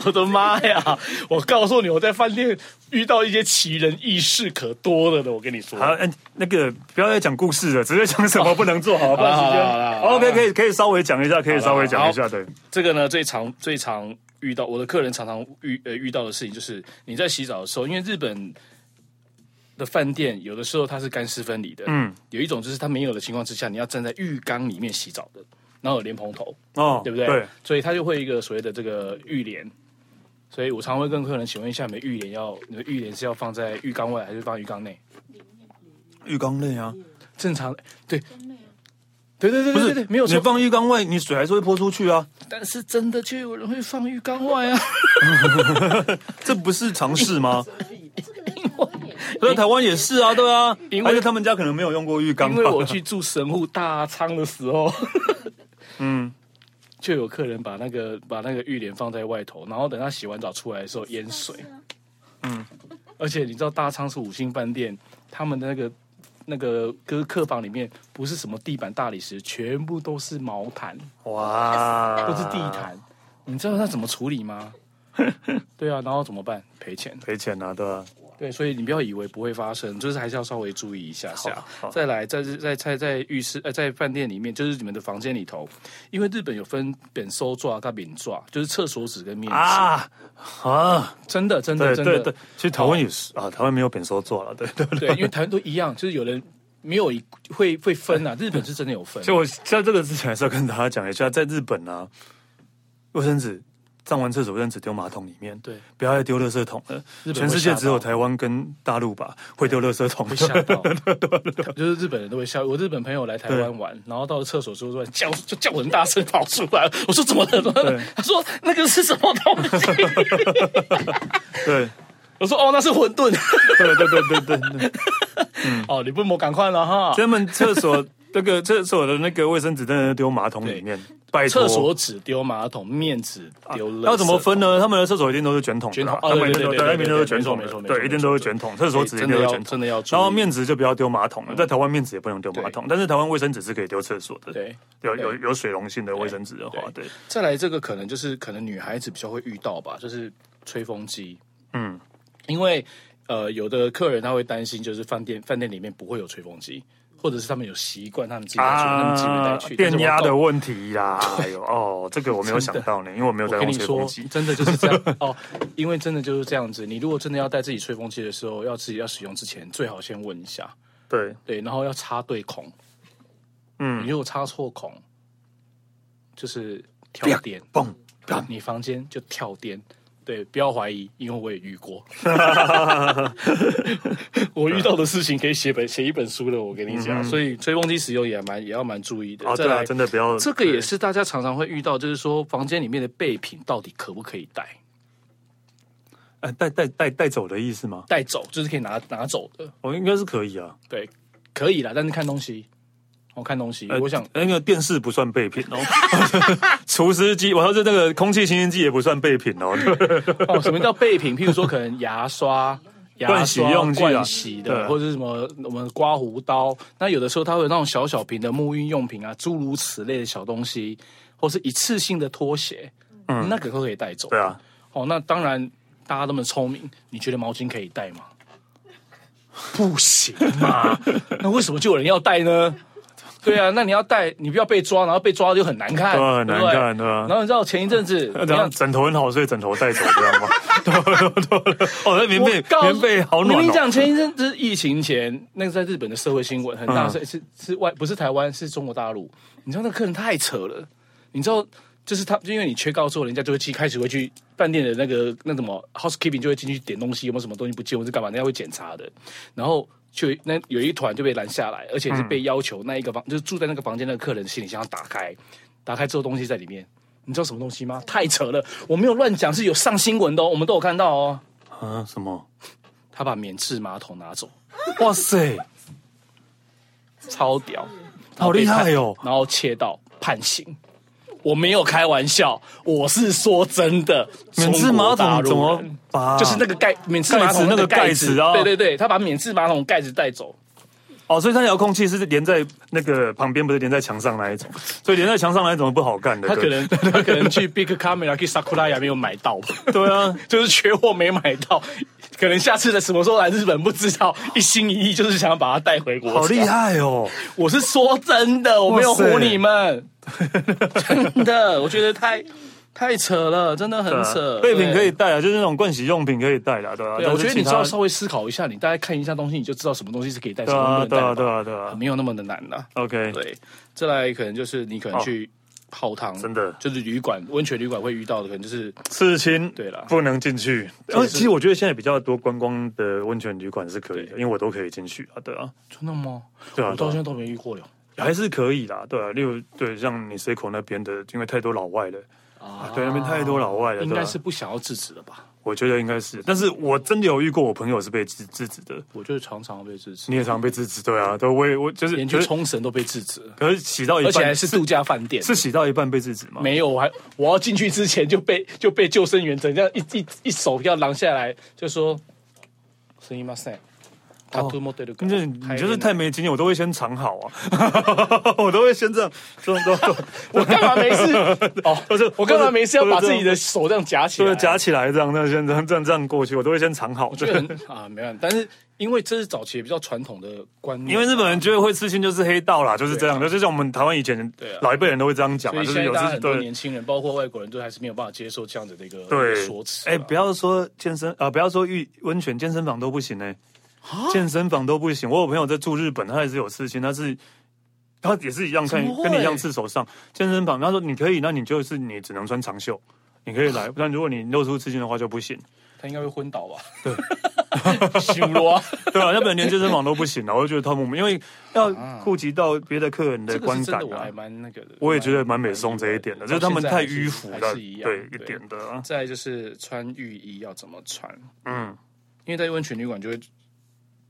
[SPEAKER 2] 我的妈呀！我告诉你，我在饭店遇到一些奇人异事可多了的。我跟你说，
[SPEAKER 1] 好，哎，那个不要再讲故事了，直接讲什么不能做， 好，不然时
[SPEAKER 2] 好啦好啦
[SPEAKER 1] 间
[SPEAKER 2] 好啦
[SPEAKER 1] OK 可以可以稍微讲一下，可以稍微讲一下，对，
[SPEAKER 2] 这个呢，最常最常遇到我的客人常常遇呃遇到的事情，就是你在洗澡的时候，因为日本的饭店有的时候它是干湿分离的，嗯，有一种就是它没有的情况之下，你要站在浴缸里面洗澡的，然后有莲蓬头，
[SPEAKER 1] 哦，
[SPEAKER 2] 对不对？
[SPEAKER 1] 对，
[SPEAKER 2] 所以它就会有一个所谓的这个浴帘。所以我常会跟客人请问一下，你们浴帘要你们浴帘是要放在浴缸外还是放浴缸内？
[SPEAKER 1] 浴缸内啊，
[SPEAKER 2] 正常对。对对对
[SPEAKER 1] 不
[SPEAKER 2] 对
[SPEAKER 1] 是
[SPEAKER 2] 对对，没有
[SPEAKER 1] 你
[SPEAKER 2] 错。
[SPEAKER 1] 放浴缸外，你水还是会泼出去啊，
[SPEAKER 2] 但是真的就有人会放浴缸外啊。
[SPEAKER 1] 这不是常识吗？对，台湾也是啊，对啊，
[SPEAKER 2] 因为
[SPEAKER 1] 而且他们家可能没有用过浴缸
[SPEAKER 2] 因
[SPEAKER 1] 吧
[SPEAKER 2] 为我去住神户大仓的时候，嗯， 就有客人把那个把那个浴帘放在外头，然后等他洗完澡出来的时候淹水。嗯，而且你知道大仓是五星饭店，他们的那个那个客客房里面不是什么地板大理石，全部都是毛毯，
[SPEAKER 1] 哇，
[SPEAKER 2] 都是地毯。你知道他怎么处理吗？对啊，然后怎么办？赔钱。
[SPEAKER 1] 赔钱啊，对吧？
[SPEAKER 2] 对，所以你不要以为不会发生，就是还是要稍微注意一下下
[SPEAKER 1] 好。好
[SPEAKER 2] 再来，在在在在浴室呃，在饭店里面，就是你们的房间里头，因为日本有分本收抓跟免抓，嗯就是厕所纸跟面纸、
[SPEAKER 1] 啊啊，
[SPEAKER 2] 真的真的
[SPEAKER 1] 对
[SPEAKER 2] 真
[SPEAKER 1] 对
[SPEAKER 2] 的哦
[SPEAKER 1] 对，其实台湾也是啊，台湾没有扁收做了，对 对
[SPEAKER 2] 对因为台湾都一样，就是有人没有一会会分啊，日本是真的有 分。
[SPEAKER 1] 就我在这个之前还是要跟大家讲一下，在日本啊，卫生纸上完厕所卫生纸丢马桶里面，
[SPEAKER 2] 对，
[SPEAKER 1] 不要再丢垃圾桶了。
[SPEAKER 2] 日本会
[SPEAKER 1] 全世界只有
[SPEAKER 2] 吓到
[SPEAKER 1] 台湾跟大陆吧会丢垃圾桶
[SPEAKER 2] 会。吓到， 就是日本人都会吓。我日本朋友来台湾玩，然后到了厕所之后，突然叫就叫我很大声跑出来，我说怎么了？他说那个是什么东西？
[SPEAKER 1] 对
[SPEAKER 2] 我说哦，那是馄饨。
[SPEAKER 1] 对对对对对 嗯对，
[SPEAKER 2] 哦，你不抹赶快了哈。
[SPEAKER 1] 他们厕所那个厕所的那个卫生纸真的是丢马桶里面，拜托
[SPEAKER 2] 厕所纸丢马桶，面纸丢了，
[SPEAKER 1] 要怎么分？呢？他们的厕所一定都是卷筒的啦，
[SPEAKER 2] 哦卷筒哦
[SPEAKER 1] 他们一定都
[SPEAKER 2] 对对对对
[SPEAKER 1] 那边都是卷筒的，
[SPEAKER 2] 没错没错没错哎
[SPEAKER 1] 对，一定都是卷筒，厕所纸一定
[SPEAKER 2] 真的
[SPEAKER 1] 都是
[SPEAKER 2] 要
[SPEAKER 1] 卷筒
[SPEAKER 2] 真。的要注意，嗯
[SPEAKER 1] 然后面纸就不要丢马桶了，在台湾面纸也不能丢马桶，但是台湾卫生纸是可以丢厕所的，
[SPEAKER 2] 对。
[SPEAKER 1] 有
[SPEAKER 2] 对
[SPEAKER 1] 有有水溶性的卫生纸的话，对，
[SPEAKER 2] 再来这个可能就是可能女孩子比较会遇到吧，就是吹风机，
[SPEAKER 1] 嗯，
[SPEAKER 2] 因为呃有的客人他会担心就是饭店饭店里面不会有吹风机。或者是他们有习惯，他们自己带去，他们自己会带去。
[SPEAKER 1] 啊电压
[SPEAKER 2] 但是
[SPEAKER 1] 的
[SPEAKER 2] 我
[SPEAKER 1] 问题呀、哎呦哦，这个我没有想到呢，因为我没有在
[SPEAKER 2] 我跟
[SPEAKER 1] 用
[SPEAKER 2] 你
[SPEAKER 1] 吹风
[SPEAKER 2] 说
[SPEAKER 1] 机，。
[SPEAKER 2] 真的就是这样哦， 因为真的就是这样子。你如果真的要带自己吹风机的时候，要自己要使用之前，最好先问一下，
[SPEAKER 1] 对，
[SPEAKER 2] 对，然后要插对孔。
[SPEAKER 1] 嗯
[SPEAKER 2] 你如果插错孔，就是跳电，
[SPEAKER 1] 嘣砰，
[SPEAKER 2] 你房间就跳电。对，不要怀疑，因为我也遇 过。我遇到的事情可以写本写一本书的，我跟你讲。所以吹风机使用也蛮也要蛮注意的。
[SPEAKER 1] 嗯哦
[SPEAKER 2] 再
[SPEAKER 1] 对啊，
[SPEAKER 2] 来
[SPEAKER 1] 真的不要
[SPEAKER 2] 这个也是大家常常会遇到，就是说房间里面的备品到底可不可以带
[SPEAKER 1] 哎带带带带走的意思吗？
[SPEAKER 2] 带走，就是可以拿拿走的，
[SPEAKER 1] 我、应该是可以啊。
[SPEAKER 2] 对，可以啦。但是看东西，我、看东西，
[SPEAKER 1] 呃
[SPEAKER 2] 我想
[SPEAKER 1] 那个电视不算备品哦， 除湿机，我要是那个空气清新机也不算备品哦。
[SPEAKER 2] 哦，什么叫备品？譬如说，可能牙刷、牙
[SPEAKER 1] 盥洗
[SPEAKER 2] 刷、
[SPEAKER 1] 用具啊
[SPEAKER 2] 盥洗
[SPEAKER 1] 对
[SPEAKER 2] 的，或者是什么我们刮胡刀。那有的时候它会有那种小小瓶的沐浴用品啊，诸如此类的小东西，或是一次性的拖鞋，那个都可以带走。
[SPEAKER 1] 嗯对啊，
[SPEAKER 2] 哦，那当然，大家那么聪明，你觉得毛巾可 以带吗？不行嘛，那为什么就有人要带呢？对啊，那你要带，你不要被抓，然后被抓就很难看，
[SPEAKER 1] 对啊很难
[SPEAKER 2] 不
[SPEAKER 1] 看对啊
[SPEAKER 2] 然后你知道前一阵 子，你
[SPEAKER 1] 然后
[SPEAKER 2] 看
[SPEAKER 1] 枕头很好睡，枕头带走，知道吗？ 对对对，哦，那棉
[SPEAKER 2] 我
[SPEAKER 1] 被
[SPEAKER 2] 告诉
[SPEAKER 1] 棉被好
[SPEAKER 2] 我
[SPEAKER 1] 暖
[SPEAKER 2] 跟你
[SPEAKER 1] 哦。
[SPEAKER 2] 讲，前一阵子疫情前，那个在日本的社会新闻很大，
[SPEAKER 1] 嗯
[SPEAKER 2] 是是是外不是台湾，是中国大陆。你知道那客人太扯了，你知道就是他，因为你缺告之后，人家就会去开始会去饭店的那个那什么 housekeeping 就会进去点东西，有没有什么东西不见或是干嘛，人家会检查的。然后就那有一团就被拦下来，而且是被要求那一个房、就是住在那个房间的客人行李箱要打开，打开之后东西在里面。你知道什么东西吗？太扯了！我没有乱讲，是有上新闻的哦，我们都有看到哦。
[SPEAKER 1] 啊，什么？
[SPEAKER 2] 他把免治马桶拿走，
[SPEAKER 1] 哇塞，
[SPEAKER 2] 超屌，
[SPEAKER 1] 好厉害哦！
[SPEAKER 2] 然后切到判刑。我没有开玩笑，我是说真的。
[SPEAKER 1] 免治
[SPEAKER 2] 中
[SPEAKER 1] 马
[SPEAKER 2] 国大
[SPEAKER 1] 桶
[SPEAKER 2] 陆
[SPEAKER 1] 怎么
[SPEAKER 2] 人啊
[SPEAKER 1] 拔？
[SPEAKER 2] 就是那个盖免治马
[SPEAKER 1] 盖子
[SPEAKER 2] 桶
[SPEAKER 1] 那个
[SPEAKER 2] 盖
[SPEAKER 1] 盖子哦
[SPEAKER 2] 对对对，他把免治马桶盖子带走，
[SPEAKER 1] 哦，所以它遥控器是连在那个旁边，不是连在墙上那一种，所以连在墙上那一种不好干的。
[SPEAKER 2] 他
[SPEAKER 1] 对
[SPEAKER 2] 可能他可能去 Big Camera 去 Sakura 没有买到吧，
[SPEAKER 1] 对啊，
[SPEAKER 2] 就是缺货没买到，可能下次的什么时候来日本不知道，一心一意就是想要把它带回国。
[SPEAKER 1] 好厉！害哦！
[SPEAKER 2] 我是说真的，我没有
[SPEAKER 1] 哇塞
[SPEAKER 2] 唬你们，真的，我觉得太太扯了，真的很扯。
[SPEAKER 1] 呃备品可以
[SPEAKER 2] 对。
[SPEAKER 1] 带啊，就是那种盥洗用品可以带啦，对啊。
[SPEAKER 2] 对，
[SPEAKER 1] 但
[SPEAKER 2] 我
[SPEAKER 1] 是
[SPEAKER 2] 觉得你
[SPEAKER 1] 其
[SPEAKER 2] 只
[SPEAKER 1] 他
[SPEAKER 2] 要稍微思考一下，你大概看一下东西，你就知道什么东西是可以带，什
[SPEAKER 1] 对
[SPEAKER 2] 么
[SPEAKER 1] 啊，
[SPEAKER 2] 东西不
[SPEAKER 1] 对
[SPEAKER 2] 能带
[SPEAKER 1] 啊，
[SPEAKER 2] 的
[SPEAKER 1] 对
[SPEAKER 2] 吧。
[SPEAKER 1] 啊，对啊。
[SPEAKER 2] 没有那么的难了。
[SPEAKER 1] OK，
[SPEAKER 2] 对，再来可能就是你可能去泡汤，
[SPEAKER 1] 哦真的
[SPEAKER 2] 就是旅馆、温泉旅馆会遇到的，可能就是
[SPEAKER 1] 刺青
[SPEAKER 2] 对啦
[SPEAKER 1] 不能进去。
[SPEAKER 2] 个
[SPEAKER 1] 而
[SPEAKER 2] 是
[SPEAKER 1] 其实我觉得现在比较多观光的温泉旅馆是可以的，因为我都可以进去啊，对啊，
[SPEAKER 2] 真的吗？
[SPEAKER 1] 对啊
[SPEAKER 2] 我到现在都没遇过哟。
[SPEAKER 1] 还是可以啦，对啊。例如对，像你 C 口那边的，因为太多老外了。啊，对，那边太多老外了，
[SPEAKER 2] 应
[SPEAKER 1] 对啊
[SPEAKER 2] 该是不想要制止的吧？
[SPEAKER 1] 我觉得应该是，但是我真的有遇过我朋友是被制制止的，
[SPEAKER 2] 我就是常常被制止
[SPEAKER 1] 你，也常被制止，对啊，对，我也我就是
[SPEAKER 2] 连
[SPEAKER 1] 可
[SPEAKER 2] 去
[SPEAKER 1] 是
[SPEAKER 2] 冲绳都被制止了，
[SPEAKER 1] 可是洗到一半，
[SPEAKER 2] 而且还是度假饭店。
[SPEAKER 1] 是洗到一半被制止吗？
[SPEAKER 2] 没有，我还我要进去之前就被 就被救生员整这样一一一手要拦下来，就说“すみません”，他多么对的，
[SPEAKER 1] 那哦你你就是太没经验，我都会先藏好啊，我都会先这样，这样 都
[SPEAKER 2] 我干嘛没 事哦，
[SPEAKER 1] 都是
[SPEAKER 2] 我干嘛没事要把自己
[SPEAKER 1] 都
[SPEAKER 2] 的手这样夹
[SPEAKER 1] 是
[SPEAKER 2] 起
[SPEAKER 1] 这样都
[SPEAKER 2] 来？
[SPEAKER 1] 是夹起来这样，那先这样这样这样过去，我都会先藏好。
[SPEAKER 2] 就很 啊，没办法。但是因为这是早期比较传统的观念，
[SPEAKER 1] 因为日本人觉得会刺青就是黑道啦，就是这样的，就像我们台湾以前
[SPEAKER 2] 啊对啊
[SPEAKER 1] 老一辈人都会这样讲
[SPEAKER 2] 所
[SPEAKER 1] 嘛，
[SPEAKER 2] 以
[SPEAKER 1] 就
[SPEAKER 2] 现
[SPEAKER 1] 是有
[SPEAKER 2] 在大家
[SPEAKER 1] 事
[SPEAKER 2] 很多
[SPEAKER 1] 对
[SPEAKER 2] 年轻人，包括外国人，都还是没有办法接受这样子的一个
[SPEAKER 1] 对
[SPEAKER 2] 说辞啊。
[SPEAKER 1] 哎，不要说健身啊，不要说浴温泉、健身房都不行呢，
[SPEAKER 2] 啊
[SPEAKER 1] 健身房都不行。我有朋友在住日本，他也是有刺青，他是。他也是一样看
[SPEAKER 2] 怎么，会
[SPEAKER 1] 跟你一样刺手上健身房。他说你可以，那你就是你只能穿长袖，你可以来。但如果你露出刺青的话就不行。
[SPEAKER 2] 他应该会昏倒吧？对， 修罗。
[SPEAKER 1] 对啊，那本连健身房都不行了，我就觉得他们因为要顾及到别的客人的
[SPEAKER 2] 啊这个
[SPEAKER 1] 观
[SPEAKER 2] 是真
[SPEAKER 1] 感
[SPEAKER 2] 的，我
[SPEAKER 1] 啊
[SPEAKER 2] 还。蛮那个的。
[SPEAKER 1] 我也觉得蛮美颂这一点的，就是他们太迂腐
[SPEAKER 2] 到
[SPEAKER 1] 了，
[SPEAKER 2] 现在还是还是一样
[SPEAKER 1] 对一点的啊。
[SPEAKER 2] 再来就是穿浴衣要怎么穿，
[SPEAKER 1] 嗯，
[SPEAKER 2] 因为在温泉旅馆就会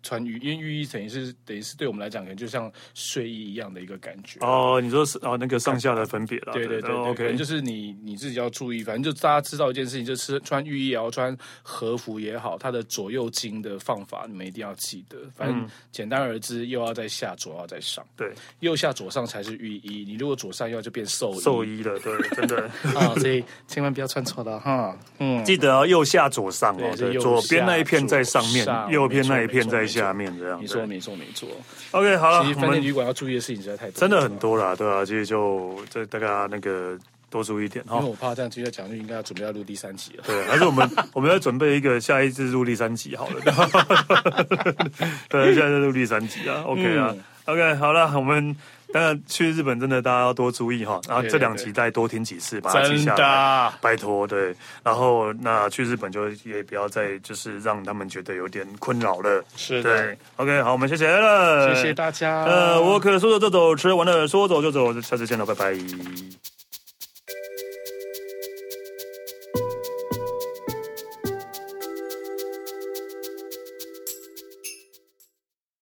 [SPEAKER 2] 穿浴，因为浴衣等于是等于是对我们来讲，可能就像睡衣一样的一个感觉。
[SPEAKER 1] 哦，你说是哦，那个上下的分别啦，
[SPEAKER 2] 对对对
[SPEAKER 1] 哦
[SPEAKER 2] 对，可能
[SPEAKER 1] ，OK，
[SPEAKER 2] 就是你你自己要注意，反正就大家知道一件事情，就是穿浴衣也好，穿和服也好，它的左右襟的放法你们一定要记得。反
[SPEAKER 1] 嗯
[SPEAKER 2] 正简单而知，右要在下，左要在上，
[SPEAKER 1] 对，
[SPEAKER 2] 右下左上才是浴衣。你如果左上右就变寿衣
[SPEAKER 1] 兽医的，对，真 的
[SPEAKER 2] 啊，所以千万不要穿错了哈。嗯，
[SPEAKER 1] 记得要右下左上哦，
[SPEAKER 2] 对是右
[SPEAKER 1] 左边
[SPEAKER 2] 下
[SPEAKER 1] 那一片在上面
[SPEAKER 2] 左，上
[SPEAKER 1] 右边那一片在下面这样。
[SPEAKER 2] 没错，没错，没错。
[SPEAKER 1] OK，好了，
[SPEAKER 2] 其
[SPEAKER 1] 我
[SPEAKER 2] 实饭
[SPEAKER 1] 们
[SPEAKER 2] 店旅馆要注意的事情实在太多，
[SPEAKER 1] 真的很。多啦，对啊，其实就这大家那个多注意一点哦
[SPEAKER 2] 因为
[SPEAKER 1] 哈。
[SPEAKER 2] 我怕这样继续讲，就应该要准备要录第三集了。
[SPEAKER 1] 对，还是我们我们要准备一个下一次录第三集好了。 对，下一次录第三集啊，OK
[SPEAKER 2] 嗯
[SPEAKER 1] 啊、o k 好了，我们当然去日本真的大家要多注意哈，然后
[SPEAKER 2] 对
[SPEAKER 1] 这两
[SPEAKER 2] 对
[SPEAKER 1] 集再多听几次，把它记
[SPEAKER 2] 真
[SPEAKER 1] 下来
[SPEAKER 2] 的，
[SPEAKER 1] 拜托。对，然后那去日本就也不要再就是让他们觉得有点困扰了。
[SPEAKER 2] 是
[SPEAKER 1] 对，，OK，好，我们谢谢了，
[SPEAKER 2] 谢谢大家。
[SPEAKER 1] 呃呃，我可说走就走，吃完了说走就走，下次见了，拜拜。